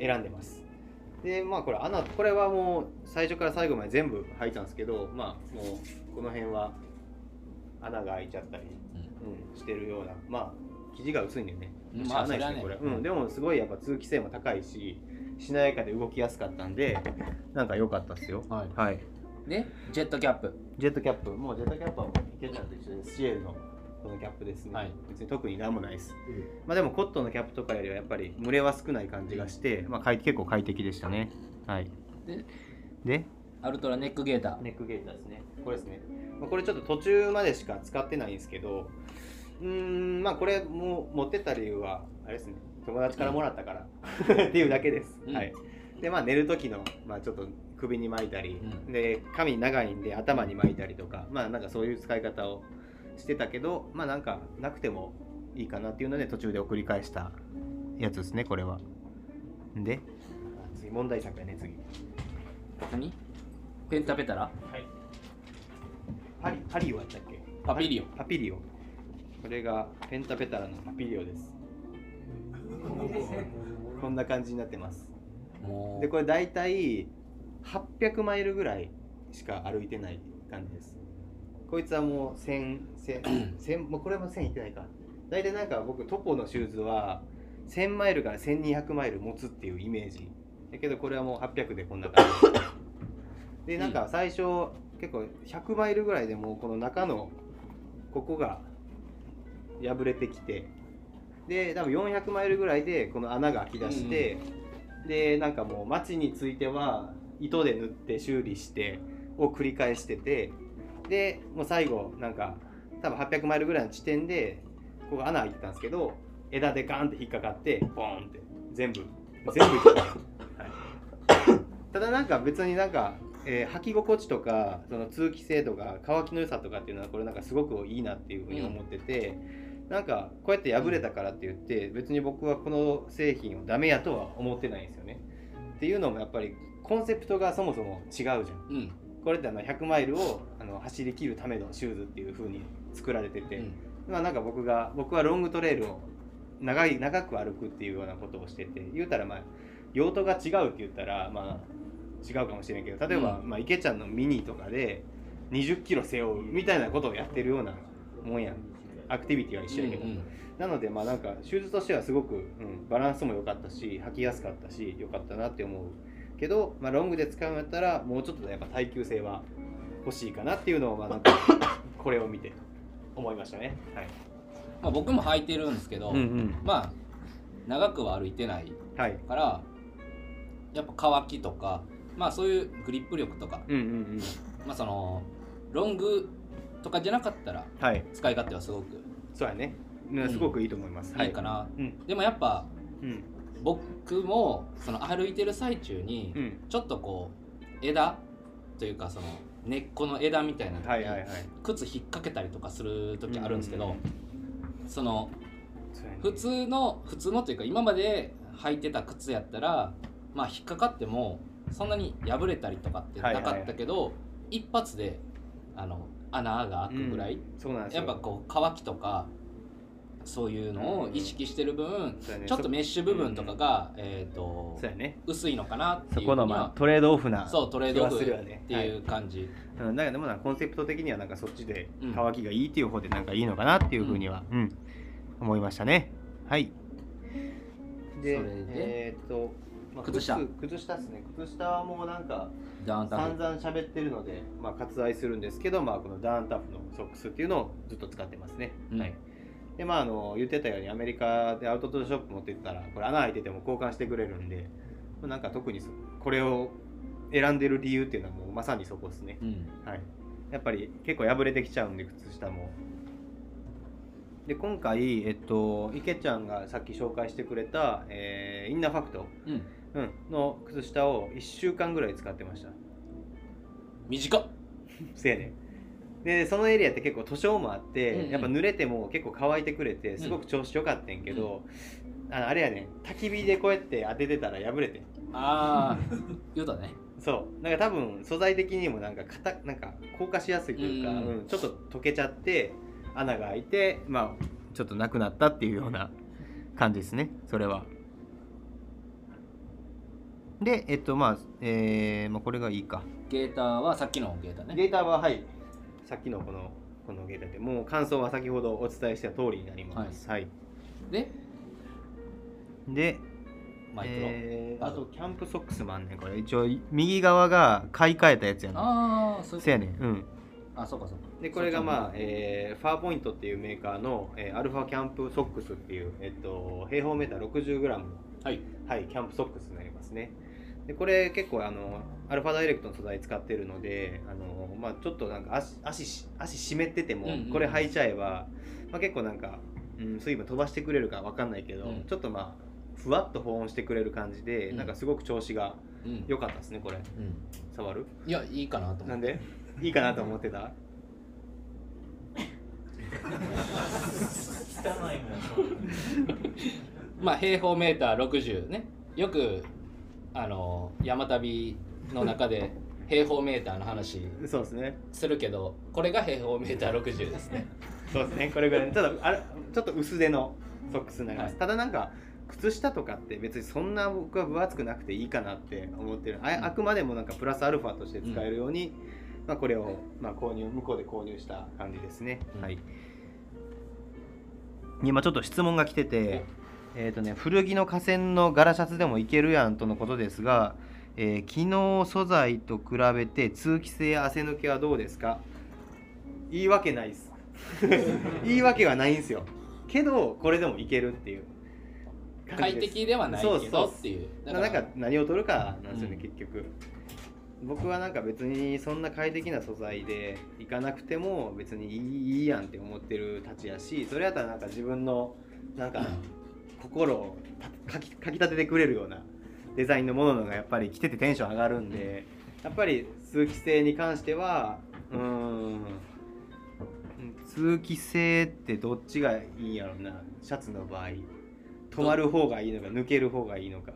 Speaker 3: 選んでますでまあこれ穴これはもう最初から最後まで全部履いたんですけどまあもうこの辺は穴が開いちゃったり、うん、してるようなまあ生地が薄いんでね
Speaker 2: うん
Speaker 3: し
Speaker 2: ま
Speaker 3: ゃ
Speaker 2: あ
Speaker 3: あないです
Speaker 2: それはね
Speaker 3: これ、うん、でもすごいやっぱ通気性も高いししなやかで動きやすかったんでなんか良かったですよ
Speaker 2: はい
Speaker 3: はい
Speaker 2: でジェットキャップ
Speaker 3: ジェットキャップもうジェットキャップはもう池ちゃんと一緒ですシエルのこのキャップですね、
Speaker 2: はい
Speaker 3: 別に特に何もないですまあでもコットンのキャップとかよりはやっぱり群れは少ない感じがして、まあ、快結構快適でしたねはい
Speaker 2: で
Speaker 3: で
Speaker 2: アルトラネックゲーター
Speaker 3: ネックゲーターですねこれですね、まあ、これちょっと途中までしか使ってないんですけどうーんまあこれも持ってた理由はあれですね友達からもらったから っていうだけです、
Speaker 2: うん
Speaker 3: はいでまあ寝る時のまあちょっと首に巻いたり、
Speaker 2: う
Speaker 3: で髪長いんで頭に巻いたりとかまあなんかそういう使い方をしてたけどまあなんかなくてもいいかなっていうので途中で送り返したやつですねこれはで次問題作やね次
Speaker 2: 何ペンタペタラ
Speaker 1: はい
Speaker 3: パリパリオやったっけ
Speaker 2: パピリオ
Speaker 3: パピリオこれがペンタペタラのパピリオですこんな感じになってます
Speaker 2: も
Speaker 3: でこれ大体800マイルぐらいしか歩いてない感じですこいつはもう1000 1000 1000もうこれも1000いってないか大体なんか僕トポのシューズは1000マイルから1200マイル持つっていうイメージだけどこれはもう800でこんな感じでなんか最初結構100マイルぐらいでもうこの中のここが破れてきてで多分400マイルぐらいでこの穴が開き出して、でなんかもう街については糸で縫って修理してを繰り返しててでもう最後なんか多分800マイルぐらいの地点でここ穴開いてたんですけど枝でガンって引っかかってポーンって全部全部いってた、はいただなんか別になんか、えー履き心地とかその通気性とか乾きの良さとかっていうのはこれなんかすごくいいなっていうふうに思ってて、なんかこうやって破れたからって言って別に僕はこの製品をダメやとは思ってないんですよね。っていうのもやっぱりコンセプトがそもそも違うじゃん。
Speaker 2: ううん
Speaker 3: これってあの100マイルをあの走り切るためのシューズっていう風に作られて
Speaker 2: う
Speaker 3: て、
Speaker 2: ん
Speaker 3: まあなんか僕が僕はロングトレイルを長い長く歩くっていうようなことをしてて言うたらまあ用途が違うって言ったらまあ違うかもしれんけど例えば、
Speaker 2: う
Speaker 3: まあ池ちゃんのミニとかで20キロ背負うみたいなことをやってるようなもんやんアクティビティは一緒やけど、
Speaker 2: うんうん
Speaker 3: なのでまあなんかシューズとしてはすごく、うん、バランスも良かったし履きやすかったし良かったなって思うけど、まあ、ロングで使うんやったらもうちょっとやっぱ耐久性は欲しいかなっていうのをまあなんかこれを見て思いましたね。はい。
Speaker 2: まあ、僕も履いてるんですけど、
Speaker 3: ん
Speaker 2: まあ長くは歩いてない
Speaker 3: うん。はい。
Speaker 2: からやっぱ乾きとかまあそういうグリップ力とか
Speaker 3: うんうんうん。
Speaker 2: まあそのロングとかじゃなかったら
Speaker 3: はい。
Speaker 2: 使い勝手はすごく
Speaker 3: そうやね。
Speaker 2: う
Speaker 3: ね
Speaker 2: ん
Speaker 3: すごくいいと思います。はい
Speaker 2: いかな、
Speaker 3: うん
Speaker 2: でもやっぱ
Speaker 3: うん
Speaker 2: 僕もその歩いてる最中に
Speaker 3: うん。
Speaker 2: ちょっとこう枝というかその根っこの枝みたいなの
Speaker 3: はい
Speaker 2: に
Speaker 3: はいはい。
Speaker 2: 靴引っ掛けたりとかする時あるんですけ
Speaker 3: うん
Speaker 2: ど
Speaker 3: うん
Speaker 2: その
Speaker 3: そうやね
Speaker 2: 普。通の普通のというか今まで履いてた靴やったらまあ引っかかってもそんなに破れたりとかってなかったけど、一発であの穴が開くぐらい、
Speaker 3: うん。そうなんです
Speaker 2: や
Speaker 3: よ。
Speaker 2: っぱこう乾きとかそういうのを意識してる分、
Speaker 3: そうやね
Speaker 2: ちょっとメッシュ部分とかが、えー、と
Speaker 3: そうやね。
Speaker 2: 薄いのかなって
Speaker 3: そ
Speaker 2: いう
Speaker 3: この
Speaker 2: に
Speaker 3: ま
Speaker 2: は
Speaker 3: あトレードオフな
Speaker 2: そうトレードオフ
Speaker 3: 気はす
Speaker 2: っ
Speaker 3: るよね
Speaker 2: ていう感じ、
Speaker 3: うん、だからでもなんかコンセプト的にはなんかそっちで
Speaker 2: うん
Speaker 3: 乾きがいいっていう方でなんかいいのかなっていうふうには、うん思いましたね。はい。で、
Speaker 2: それで
Speaker 3: えーっと、まあ
Speaker 2: 靴下
Speaker 3: 靴下ですね。靴下はもうなんか
Speaker 2: ダウンタウ
Speaker 3: 散
Speaker 2: ン
Speaker 3: 々喋ってるので、まあ割愛するんですけど、まあこのダーンタフのソックスっていうのをずっと使ってますね。
Speaker 2: うん
Speaker 3: はい。でまああの言ってたようにアメリカでアウトドアショップ持ってったらこれ穴開いてても交換してくれるんで、まあなんか特にそこれを選んでる理由っていうのはもうまさにそこですね。
Speaker 2: うん
Speaker 3: はい、やっぱり結構破れてきちゃうんで靴下も。で今回、えっと、池ちゃんがさっき紹介してくれた、えーインナーファクト、
Speaker 2: うん
Speaker 3: うん、の靴下を1週間ぐらい使ってました。
Speaker 2: 短っ
Speaker 3: せやねんでそのエリアって結構図書もあって、
Speaker 2: うんうん
Speaker 3: やっぱ濡れても結構乾いてくれてすごく調子良かったんけど、あのあれやねん焚き火でこうやって当ててたら破れてん
Speaker 2: ああ 言うたね
Speaker 3: そうなんか多分素材的にもなんか硬なんか硬化しやすいというか、
Speaker 2: うん
Speaker 3: うんちょっと溶けちゃって穴が開いてまあちょっとなくなったっていうような感じですねそれは。でえっとまあ、えーまあこれがいいか。
Speaker 2: ゲーターはさっきのゲーター
Speaker 3: ゲ
Speaker 2: ね
Speaker 3: ーターははいさっきのこのこのゲーターでもう感想は先ほどお伝えした通りになります。はい
Speaker 2: で
Speaker 3: で、
Speaker 2: マイクロ、
Speaker 3: えー
Speaker 2: あ
Speaker 3: あとキャンプソックスもあんねんこれ一応右側が買い替えたやつやねん
Speaker 2: ああそういう
Speaker 3: せやねんうん
Speaker 2: あそうかそうか
Speaker 3: でこれがまあ、
Speaker 2: そっちの方
Speaker 3: えーファーポイントっていうメーカーの、えーアルファキャンプソックスっていう、えっと、平方メーター 60g の、
Speaker 2: はい
Speaker 3: はい、キャンプソックスになりますねでこれ結構あのアルファダイレクトの素材使ってるのであの、まあ、ちょっとなんか足足し足湿ってても
Speaker 2: うんうん
Speaker 3: これ履いちゃえば、まあ、結構なんか、うん、水分飛ばしてくれるかわかんないけど、
Speaker 2: うん
Speaker 3: ちょっとまあふわっと保温してくれる感じで、
Speaker 2: うん
Speaker 3: なんかすごく調子が
Speaker 2: うん、
Speaker 3: 良かったですねこれ
Speaker 2: うん、
Speaker 3: 触る
Speaker 2: いやいいかなと思
Speaker 3: な
Speaker 2: っ
Speaker 3: ん
Speaker 2: て
Speaker 3: でいいかなと思って た
Speaker 1: 汚いも
Speaker 2: まあ平方メーター60ねよくあの山旅の中で平方メーターの話
Speaker 3: そうですね
Speaker 2: するけどこれが平方メーター60です ね
Speaker 3: そうですね、これぐらい、ただ、あれ、ちょっと薄手のソックスになります。
Speaker 2: はい
Speaker 3: ただ、なんか、靴下とかって、別にそんな僕は分厚くなくていいかなって思ってる。あ
Speaker 2: うん
Speaker 3: あくまでも、なんかプラスアルファとして使えるように。まあ、これを、まあ、購入、向こうで購入した感じですね。
Speaker 2: うん
Speaker 3: はい。今ちょっと質問が来てて。えーとね、古着の河川の柄シャツでもいけるやんとのことですが、えー機能素材と比べて通気性汗抜けはどうですか言い訳ないです 言い訳はないんですよけどこれでもいけるっていう感じ
Speaker 2: 快
Speaker 3: です
Speaker 2: 適ではないけ
Speaker 3: そう
Speaker 2: ど
Speaker 3: そう
Speaker 2: っていうだ
Speaker 3: な
Speaker 2: ら
Speaker 3: んか何を取るかなんですよね、
Speaker 2: うん
Speaker 3: 結局僕はなんか別にそんな快適な素材で行かなくても別にいいいいやんって思ってるたちやしそれやったらなんか自分のなんか心をかきかきたててくれるようなデザインのもののがやっぱり着ててテンション上がるんでやっぱり通気性に関してはうーん通気性ってどっちがいいんやろなシャツの場合止まる方がいいのか抜ける方がいいのか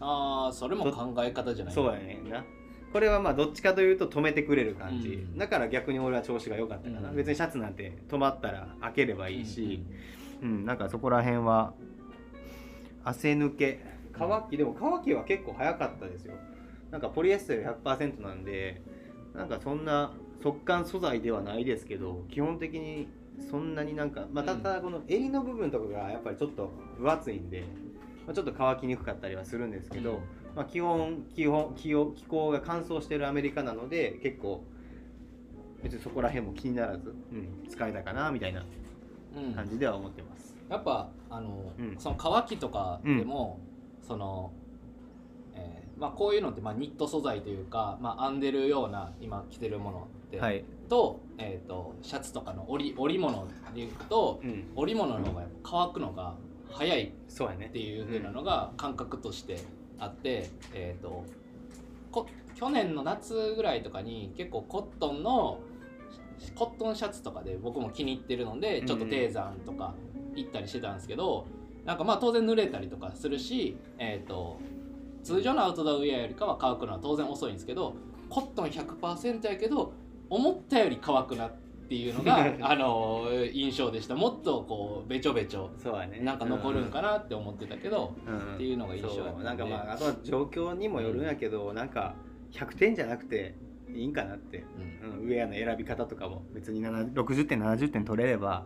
Speaker 2: ああそれも考え方じゃない
Speaker 3: そうやねんなこれはまあどっちかというと止めてくれる感じ、
Speaker 2: うん
Speaker 3: だから逆に俺は調子が良かったかな、
Speaker 2: うん
Speaker 3: 別にシャツなんて止まったら開ければ
Speaker 2: うん
Speaker 3: いいし、うんなんかそこら辺は汗抜け乾きでも乾きは結構早かったですよなんかポリエステル100%なんでなんかそんな速乾素材ではないですけど基本的にそんなになんか、まあ、た
Speaker 2: うん
Speaker 3: だこの襟の部分とかがやっぱりちょっと分厚いんで、まあ、ちょっと乾きにくかったりはするんですけど、
Speaker 2: うん
Speaker 3: まあ、気温気温気温気候が乾燥してるアメリカなので結構別にそこら辺も気にならず、うん、使えたかなみたいな
Speaker 2: うんうん
Speaker 3: 感じでは思ってます、
Speaker 2: やっぱあの、
Speaker 3: うん
Speaker 2: その乾きとかでも、その、えーまあ、こういうのって、まあ、ニット素材というか、まあ、編んでるような今着てるものって、
Speaker 3: はい、
Speaker 2: と,、えー、とシャツとかの織り織物でいくと
Speaker 3: うん、
Speaker 2: 織物の方がやっぱ乾くのが早い
Speaker 3: そうやね
Speaker 2: っていう風なのが感覚としてあって、えー、とこ去年の夏ぐらいとかに結構コットンのコットンシャツとかで僕も気に入ってるのでちょっと低山とか行ったりしてたんですけど、なんかまあ当然濡れたりとかするし、えー、と通常のアウトドアウェアよりかは乾くのは当然遅いんですけどコットン100%やけど思ったより乾くなっていうのが、あの印象でしたもっとこうべちょべちょ
Speaker 3: そうやね
Speaker 2: なんか残るんかなって思ってたけど、
Speaker 3: うん、うん
Speaker 2: っていうのが印象だったん
Speaker 3: そう
Speaker 2: で
Speaker 3: なんかまああとは状況にもよるんやけど、なんか100点じゃなくていいんかなって、
Speaker 2: うん
Speaker 3: うん、ウェアの選び方とかも別に7 60点70点取れれば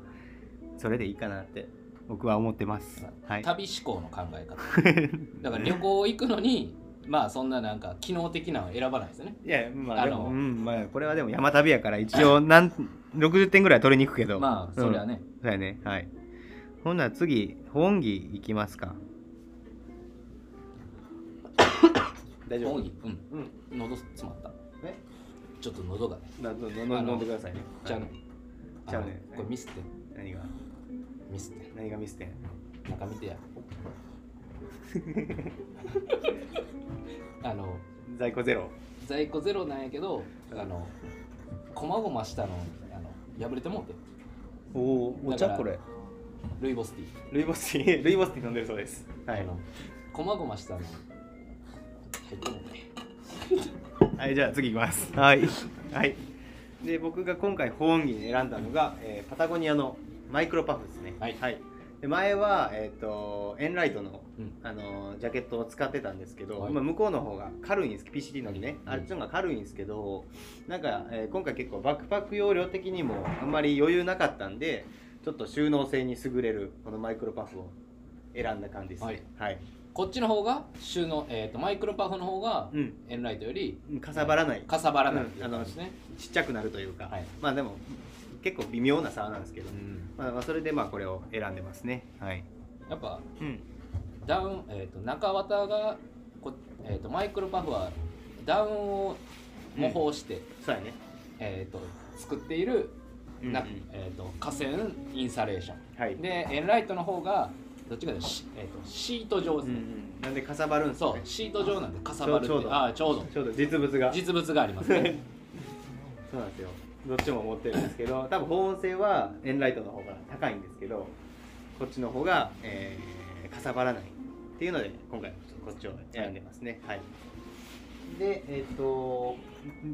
Speaker 3: それでいいかなって僕は思ってます、はい、
Speaker 2: 旅志向の考え方 だから旅行行くのにまあそんななんか機能的なのは選ばないですよね
Speaker 3: いやまあで
Speaker 2: あ
Speaker 3: も
Speaker 2: の
Speaker 3: うんまあ、これはでも山旅やから一 応なん60点ぐらい取りに行くけど
Speaker 2: まあそれは
Speaker 3: ね、
Speaker 2: ね、
Speaker 3: うんそうやねはいほんなら次本義いきます か大
Speaker 2: うん、
Speaker 3: 丈夫
Speaker 2: うん
Speaker 3: うん
Speaker 2: 喉詰まった
Speaker 3: え
Speaker 2: ちょっと喉がね
Speaker 3: なのの
Speaker 2: あの
Speaker 3: 飲んでくださいね
Speaker 2: じゃあね
Speaker 3: じゃあね
Speaker 2: のこれミスって
Speaker 3: 何が
Speaker 2: ミスって
Speaker 3: 何がミス点
Speaker 2: 中見 てやあの
Speaker 3: 在庫ゼロ
Speaker 2: 在庫ゼロなんやけどあのこまごましたのあの破れてもうて
Speaker 3: おお
Speaker 2: お茶これルイボスティー
Speaker 3: ルイボスティー ルイボスティー飲んでるそうですは
Speaker 2: あ
Speaker 3: い、
Speaker 2: のこまごましたの入ってもね
Speaker 3: はい、じゃあ次いきます はい、はい、で僕が今回保温着に選んだのが、えーパタゴニアのマイクロパフですね
Speaker 2: はい
Speaker 3: で前は、えー、とエンライトの
Speaker 2: うん
Speaker 3: あのージャケットを使ってたんですけど、
Speaker 2: はい
Speaker 3: まあ向こうの方が軽いんです PCT のにね、
Speaker 2: うん
Speaker 3: あっちの方が軽いんですけどなんか、えー今回結構バックパック容量的にもあんまり余裕なかったんでちょっと収納性に優れるこのマイクロパフを選んだ感じですねはい、
Speaker 2: ここっちの方が収納、えー、とマイクロパフの方が
Speaker 3: うん
Speaker 2: エンライトより
Speaker 3: うんかさばらない、
Speaker 2: かさばらない
Speaker 3: うん
Speaker 2: っていう感じですね、
Speaker 3: ちっちゃくなるというか、
Speaker 2: はい
Speaker 3: まあでも結構微妙な差なんですけど、
Speaker 2: うん
Speaker 3: まあ、まあそれでまあこれを選んでますねはい、
Speaker 2: やっぱ
Speaker 3: うん、
Speaker 2: ダウン、えー、と中綿がこ、えー、とマイクロパフはダウンを模倣して、
Speaker 3: そうやね
Speaker 2: えー、と作っている
Speaker 3: うん
Speaker 2: な、
Speaker 3: うん
Speaker 2: えー、と河川インサレーション
Speaker 3: はい
Speaker 2: でエンライトの方がどっちかというとシ,、えー、とシート状で
Speaker 3: う
Speaker 2: す
Speaker 3: んう
Speaker 2: ね、
Speaker 3: んなんでかさばるんです
Speaker 2: そ
Speaker 3: よ
Speaker 2: う
Speaker 3: ね
Speaker 2: シート状なんでかさばるって
Speaker 3: ちょうど
Speaker 2: ああちょうど
Speaker 3: ちょうど実物が
Speaker 2: 実物があり ますね
Speaker 3: そうなんですよどっちも持ってるんですけど多分保温性はエンライトの方が高いんですけどこっちの方が、えーかさばらないっていうので今回こっちを選んでますねはいでえっ、と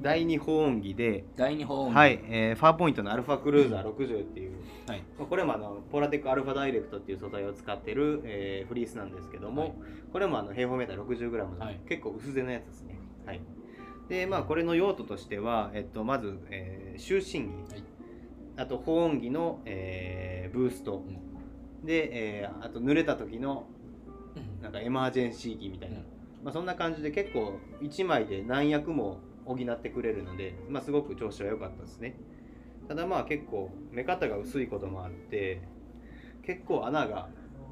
Speaker 3: 第2保温着で
Speaker 2: 第二保温
Speaker 3: はい、えーファーポイントのアルファクルーザー60っていう、
Speaker 2: はい
Speaker 3: まあこれもあのポラテックアルファダイレクトっていう素材を使ってる、えーフリースなんですけども、
Speaker 2: はい
Speaker 3: これもあの平方メーター 60g の、
Speaker 2: はい
Speaker 3: 結構薄手のやつですね。はい、でまあこれの用途としては、えっと、まず、えー就寝着、
Speaker 2: はい
Speaker 3: あと保温着の、えーブースト、で、えーあと濡れた時の
Speaker 2: うん
Speaker 3: なんかエマージェンシー着みたいな、
Speaker 2: うん
Speaker 3: まあ、そんな感じで結構1枚で何役も補ってくれるので、まあ、すごく調子は良かったですねただまあ結構目方が薄いこともあって結構穴が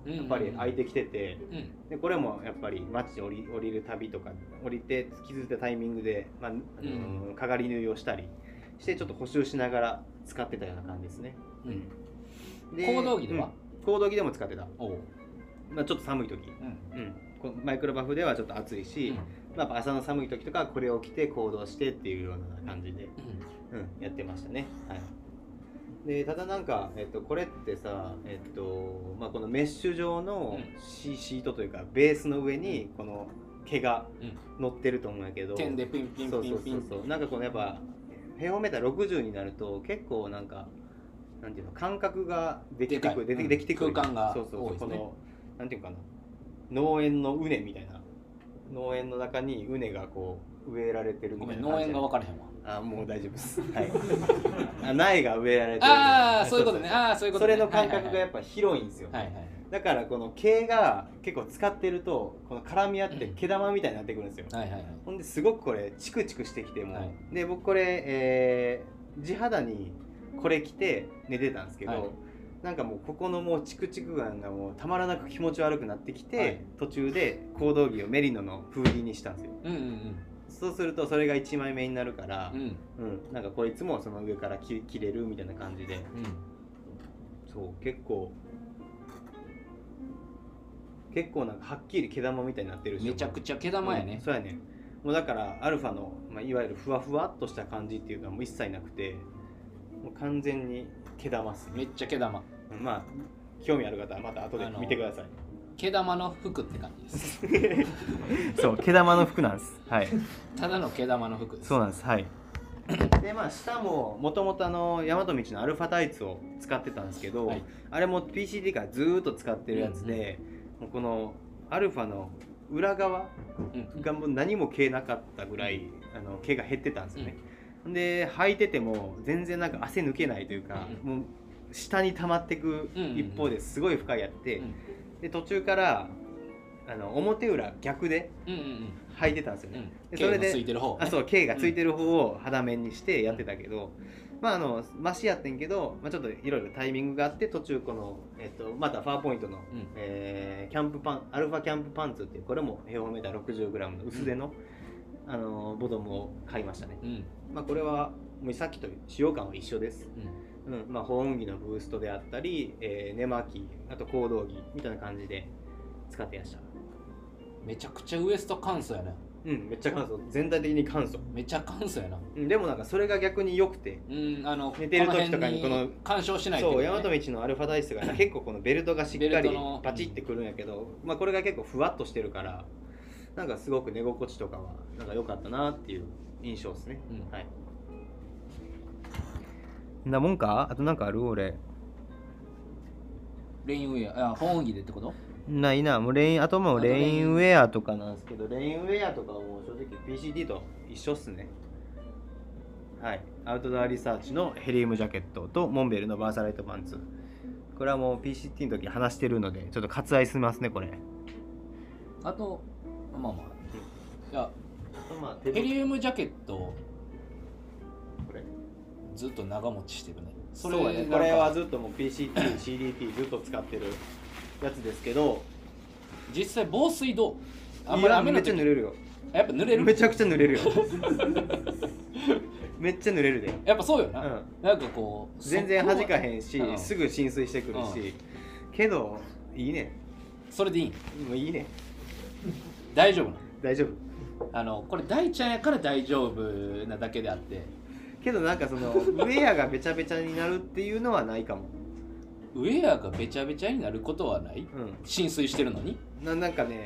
Speaker 2: うん
Speaker 3: やっぱり開いてきてて、
Speaker 2: うん
Speaker 3: でこれもやっぱり街降り降りる旅とか降りて気づいたタイミングで、まああのーかがり縫いをしたりしてちょっと補修しながら使ってたような感じですね
Speaker 2: うん
Speaker 3: で
Speaker 2: 行動着では
Speaker 3: うん行動着でも使ってた、
Speaker 2: おう
Speaker 3: まあ、ちょっと寒い時
Speaker 2: うん
Speaker 3: うん、こうマイクロバフではちょっと暑いし、
Speaker 2: うん
Speaker 3: まあ、やっぱ朝の寒い時とかはこれを着て行動してっていうような感じで、うん、やってましたね。はい、でただなんか、えっと、これってさ、えっとまあ、このメッシュ状の
Speaker 2: う
Speaker 3: シシートというかベースの上にこの毛が乗ってると思うんやけど、
Speaker 2: うん点でピンピン
Speaker 3: そう
Speaker 2: ピ
Speaker 3: そう
Speaker 2: ンピ
Speaker 3: そ
Speaker 2: ン
Speaker 3: うそうなんかこのやっぱ平方メーター60になると結構なんかなんていうの感覚ができてくるで
Speaker 2: でかい
Speaker 3: きできてくる、
Speaker 2: うん空間が
Speaker 3: そうそう
Speaker 2: 多いですね
Speaker 3: このなんていうかな農園の畝みたいな農園の中に畝がこう植えられてるみた
Speaker 2: ごめ
Speaker 3: い
Speaker 2: ん
Speaker 3: な感
Speaker 2: 農
Speaker 3: じ
Speaker 2: 園が分からへんわ
Speaker 3: あもう大丈夫 ですはいあ苗が植えられてる
Speaker 2: ああ そういうことね
Speaker 3: そ
Speaker 2: ああそういう
Speaker 3: そそ
Speaker 2: ことね
Speaker 3: れの感覚がや
Speaker 2: っ
Speaker 3: っぱ広いんですよ、
Speaker 2: はいはいはい
Speaker 3: だからこの毛が結構使ってるとこの絡み合って毛玉みたいになってくるんですよ、
Speaker 2: はいはいはい
Speaker 3: ほんですごくこれチクチクしてきても、
Speaker 2: はい
Speaker 3: で僕これ、えー地肌にこれ着て寝てたんですけど、
Speaker 2: はい
Speaker 3: なんかもうここのもうチクチク感がもうたまらなく気持ち悪くなってきて、
Speaker 2: はい
Speaker 3: 途中で行動着をメリノの風鈴にしたんですよ
Speaker 2: うん
Speaker 3: そうするとそれが1枚目になるから
Speaker 2: うんう、ん
Speaker 3: うんなんかこいつもその上から着着れるみたいな感じで
Speaker 2: うん
Speaker 3: そう結構結構なんかはっきり毛玉みたいになってる
Speaker 2: う
Speaker 3: し
Speaker 2: んめちゃくちゃ毛玉や
Speaker 3: うん
Speaker 2: ね
Speaker 3: そうやねもうだからアルファの、まあ、いわゆるふわふわっとした感じっていうのはもう一切なくてもう完全に毛玉っす
Speaker 2: め
Speaker 3: ね
Speaker 2: っちゃ毛玉
Speaker 3: まあ興味ある方はまた後で見てください
Speaker 2: 毛玉の服って感じです
Speaker 3: そう毛玉の服なんですはい
Speaker 2: ただの毛玉の服です
Speaker 3: そうなんですはい でまあ下ももともとあの大和道のアルファタイツを使ってたんですけど、
Speaker 2: はい
Speaker 3: あれも PCD からずーっと使ってるやつで、もうこのアルファの裏側
Speaker 2: うん
Speaker 3: がもう何も毛なかったぐらい、あの毛が減ってたんですよね、で履いてても全然なんか汗抜けないというか、
Speaker 2: う
Speaker 3: もう下に溜まってく一方ですごい深いやって、
Speaker 2: うん
Speaker 3: で途中からあの表裏逆で
Speaker 2: うんうん
Speaker 3: 履いてたんですよ
Speaker 2: うんう
Speaker 3: ね、
Speaker 2: ん
Speaker 3: で
Speaker 2: 毛
Speaker 3: そ
Speaker 2: の
Speaker 3: れで
Speaker 2: ついてる方
Speaker 3: あそうう K がついてる方を肌面にしてやってたけど、まああのマシやってんけど、まあ、ちょっといろいろタイミングがあって途中この、えっと、またファーポイントの、
Speaker 2: うん
Speaker 3: えーキャンプパンアルファキャンプパンツっていうこれも平方メーター 60g の薄手の、あのボトムを買いましたね、
Speaker 2: うん
Speaker 3: まあ、これはもうさっきと使用感は一緒です、
Speaker 2: うん
Speaker 3: うんまあ、保温着のブーストであったり、えー寝巻きあと行動着みたいな感じで使っていらっしゃる
Speaker 2: めちゃくちゃウエスト乾燥やね
Speaker 3: うんめっちゃ乾燥全体的に乾燥
Speaker 2: めちゃ乾燥やな
Speaker 3: うんでもなんかそれが逆に良くて
Speaker 2: うんあの
Speaker 3: 寝てる時とかに
Speaker 2: この辺
Speaker 3: この
Speaker 2: 干渉しない
Speaker 3: そう、
Speaker 2: とい
Speaker 3: 大和
Speaker 2: う
Speaker 3: 道
Speaker 2: ね
Speaker 3: のアルファダイスがね結構このベルトがしっか
Speaker 2: ベル
Speaker 3: り
Speaker 2: トの
Speaker 3: パチってくるんやけど、まあ、これが結構ふわっとしてるからなんかすごく寝心地とかはなんか良かったなっていう印象ですね、
Speaker 2: うん
Speaker 3: はいなもんかあとなんかある俺
Speaker 2: レインウェアあ保温着でってこと
Speaker 3: ないなもうレインあとも
Speaker 2: うレインウ
Speaker 3: ェアとかなんですけどレインウェアとかはもう正直 PCD と一緒っすねはいアウトドアリサーチのヘリウムジャケットとモンベルのバーサライトパンツこれはもう PCT の時話してるのでちょっと割愛しますねこれ
Speaker 2: あとまあまあいや
Speaker 1: まあ、手
Speaker 2: ヘ
Speaker 1: 袋
Speaker 2: リウムジャケット
Speaker 1: これ
Speaker 2: ずっと長持ちしてるね
Speaker 3: そ
Speaker 2: そうれ
Speaker 3: ね、これはずっともう PCT、CDT ずっと使ってるやつですけど、
Speaker 2: 実際防水どうあん
Speaker 3: い
Speaker 2: まり
Speaker 3: や
Speaker 2: 雨
Speaker 3: め
Speaker 2: の
Speaker 3: っちゃ
Speaker 2: 時
Speaker 3: 濡れるよ。
Speaker 2: やっぱ濡れ
Speaker 3: め
Speaker 2: る
Speaker 3: ちゃくちゃ濡れるよ。めっちゃ濡れるで。
Speaker 2: やっぱそうよ
Speaker 3: う
Speaker 2: な、
Speaker 3: ん、
Speaker 2: なんかこう
Speaker 3: 全然弾かへんし、
Speaker 2: うん
Speaker 3: すぐ浸水してくるし、けどいいね
Speaker 2: それでいい
Speaker 3: もういいね
Speaker 2: 大丈夫な
Speaker 3: 大丈夫
Speaker 2: のあのこれ大ちゃんやから大丈夫なだけであって
Speaker 3: けどなんかそ のウェアがべちゃべちゃになるっていうのはないかも
Speaker 2: ウェアがべちゃべちゃになることはない
Speaker 3: うん
Speaker 2: 浸水してるのに
Speaker 3: ななんかね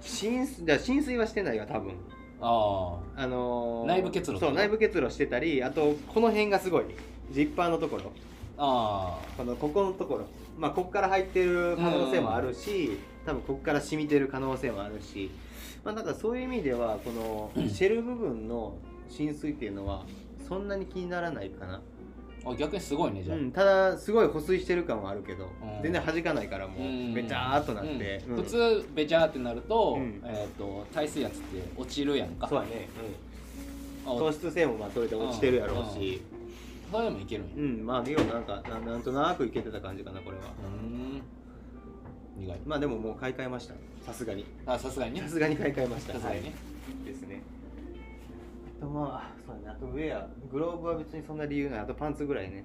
Speaker 3: 浸水だから浸水はしてないよ多分
Speaker 2: あ
Speaker 3: あのー
Speaker 2: 内部結露
Speaker 3: そう内部結露してたりあとこの辺がすごいジッパーのところ
Speaker 2: ああ
Speaker 3: このここのところまあここから入ってる可能性もあるし多分ここから染みてる可能性もあるしまあなんかそういう意味ではこ のシェル部分の浸水っていうのはそんなに気にならないかな、
Speaker 2: ーあ逆にすごいねじゃ
Speaker 3: う
Speaker 2: あ、
Speaker 3: ん、ただすごい保水してる感はあるけど
Speaker 2: ん
Speaker 3: 全然弾かないからも
Speaker 2: うん
Speaker 3: うべちゃーっとなって、
Speaker 2: うん
Speaker 3: うん
Speaker 2: 普通べちゃーってなると,、
Speaker 3: うん
Speaker 2: えー、と耐水圧って落ちるやんか
Speaker 3: そうやね、
Speaker 2: あ
Speaker 3: うん、糖質性もまあそれで落ちてるやろうし
Speaker 2: そういうのもいけるんや
Speaker 3: うん、まあリオなんかななんとなくいけてた感じかなこれは
Speaker 2: うん苦い
Speaker 3: まあでももう買い替えましたさすがに
Speaker 2: あさすがにね
Speaker 3: さすがに買い替えました
Speaker 2: さすがにね、
Speaker 3: ですねあとまあそうだねあとウェアグローブは別にそんな理由ないあとパンツぐらいね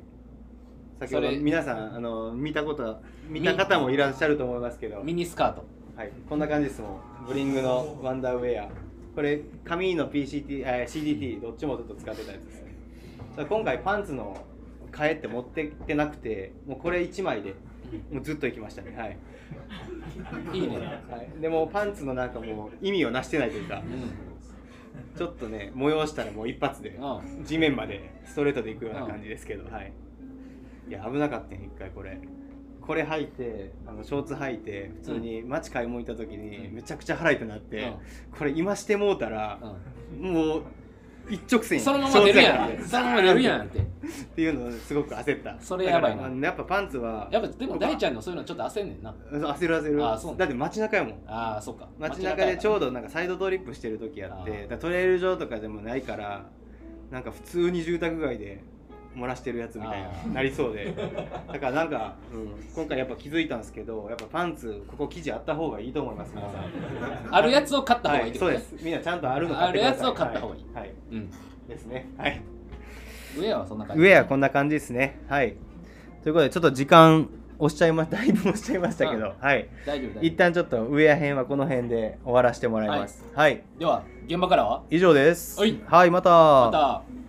Speaker 3: 先ほど
Speaker 2: それ
Speaker 3: 皆さんあの見たこと見た方もいらっしゃると思いますけど、
Speaker 2: ミニスカート
Speaker 3: はい、こんな感じですもんブリングのワンダーウェアこれ紙の PCT、えー CDT どっちもずっと使ってたやつですねだから今回パンツの替えって持ってきてなくてもうこれ1枚でもうずっといきましたねはい
Speaker 2: いいね、
Speaker 3: はい、でもパンツのなんかもう意味をなしてないというか
Speaker 2: うん
Speaker 3: ちょっとね催したらもう一発で
Speaker 2: うん
Speaker 3: 地面までストレートで行くような感じですけど、はいいや危なかったね一回これこれ履いてあのショーツ履いて普通に街買い物行った時に
Speaker 2: うん
Speaker 3: めちゃくちゃ腹痛なって、
Speaker 2: うん
Speaker 3: これ今してもうたら、もう一直
Speaker 2: う
Speaker 3: 線
Speaker 2: ん、そのまま出る
Speaker 3: ショーツ
Speaker 2: やん
Speaker 3: で
Speaker 2: そのまま出るやんって
Speaker 3: っていうのをすごく焦った
Speaker 2: それやばいな
Speaker 3: だからあのやっぱパンツは
Speaker 2: やっぱでも大ちゃんのそういうのちょっと焦んねんな
Speaker 3: うん焦る焦る
Speaker 2: あそう
Speaker 3: だって街中やもん
Speaker 2: ああそうか
Speaker 3: 街中でちょう
Speaker 2: ど
Speaker 3: どなんかサイドトリップしてる時やって
Speaker 2: あー
Speaker 3: だからトレイル場とかでもないからなんか普通に住宅街で漏らしてるやつみたい
Speaker 2: あ
Speaker 3: ななりそう でだからなんか、うん今回やっぱ気づいたんですけどやっぱパンツここ生地あった方がいいと思います皆さん
Speaker 2: あるやつを買った方がいい
Speaker 3: は
Speaker 2: っ
Speaker 3: い
Speaker 2: て
Speaker 3: そ
Speaker 2: こ
Speaker 3: う
Speaker 2: と
Speaker 3: で
Speaker 2: ね
Speaker 3: すみんなちゃんとあるの買ってください
Speaker 2: あるやつを買った方がいい
Speaker 3: はい、はい
Speaker 2: うん
Speaker 3: ですねはい
Speaker 2: ウェアはそんな感
Speaker 3: ウ
Speaker 2: じ
Speaker 3: ェアこんな感じですねはいということでちょっと時間押しちゃいましただいぶ押しちゃいましたけど、はい
Speaker 2: 大丈夫大丈
Speaker 3: 一旦ちょっとウェア編はこの辺で終わらせてもらいますはい
Speaker 2: 夫では現場からは
Speaker 3: 以上です。
Speaker 2: はい
Speaker 3: はい、また。
Speaker 2: また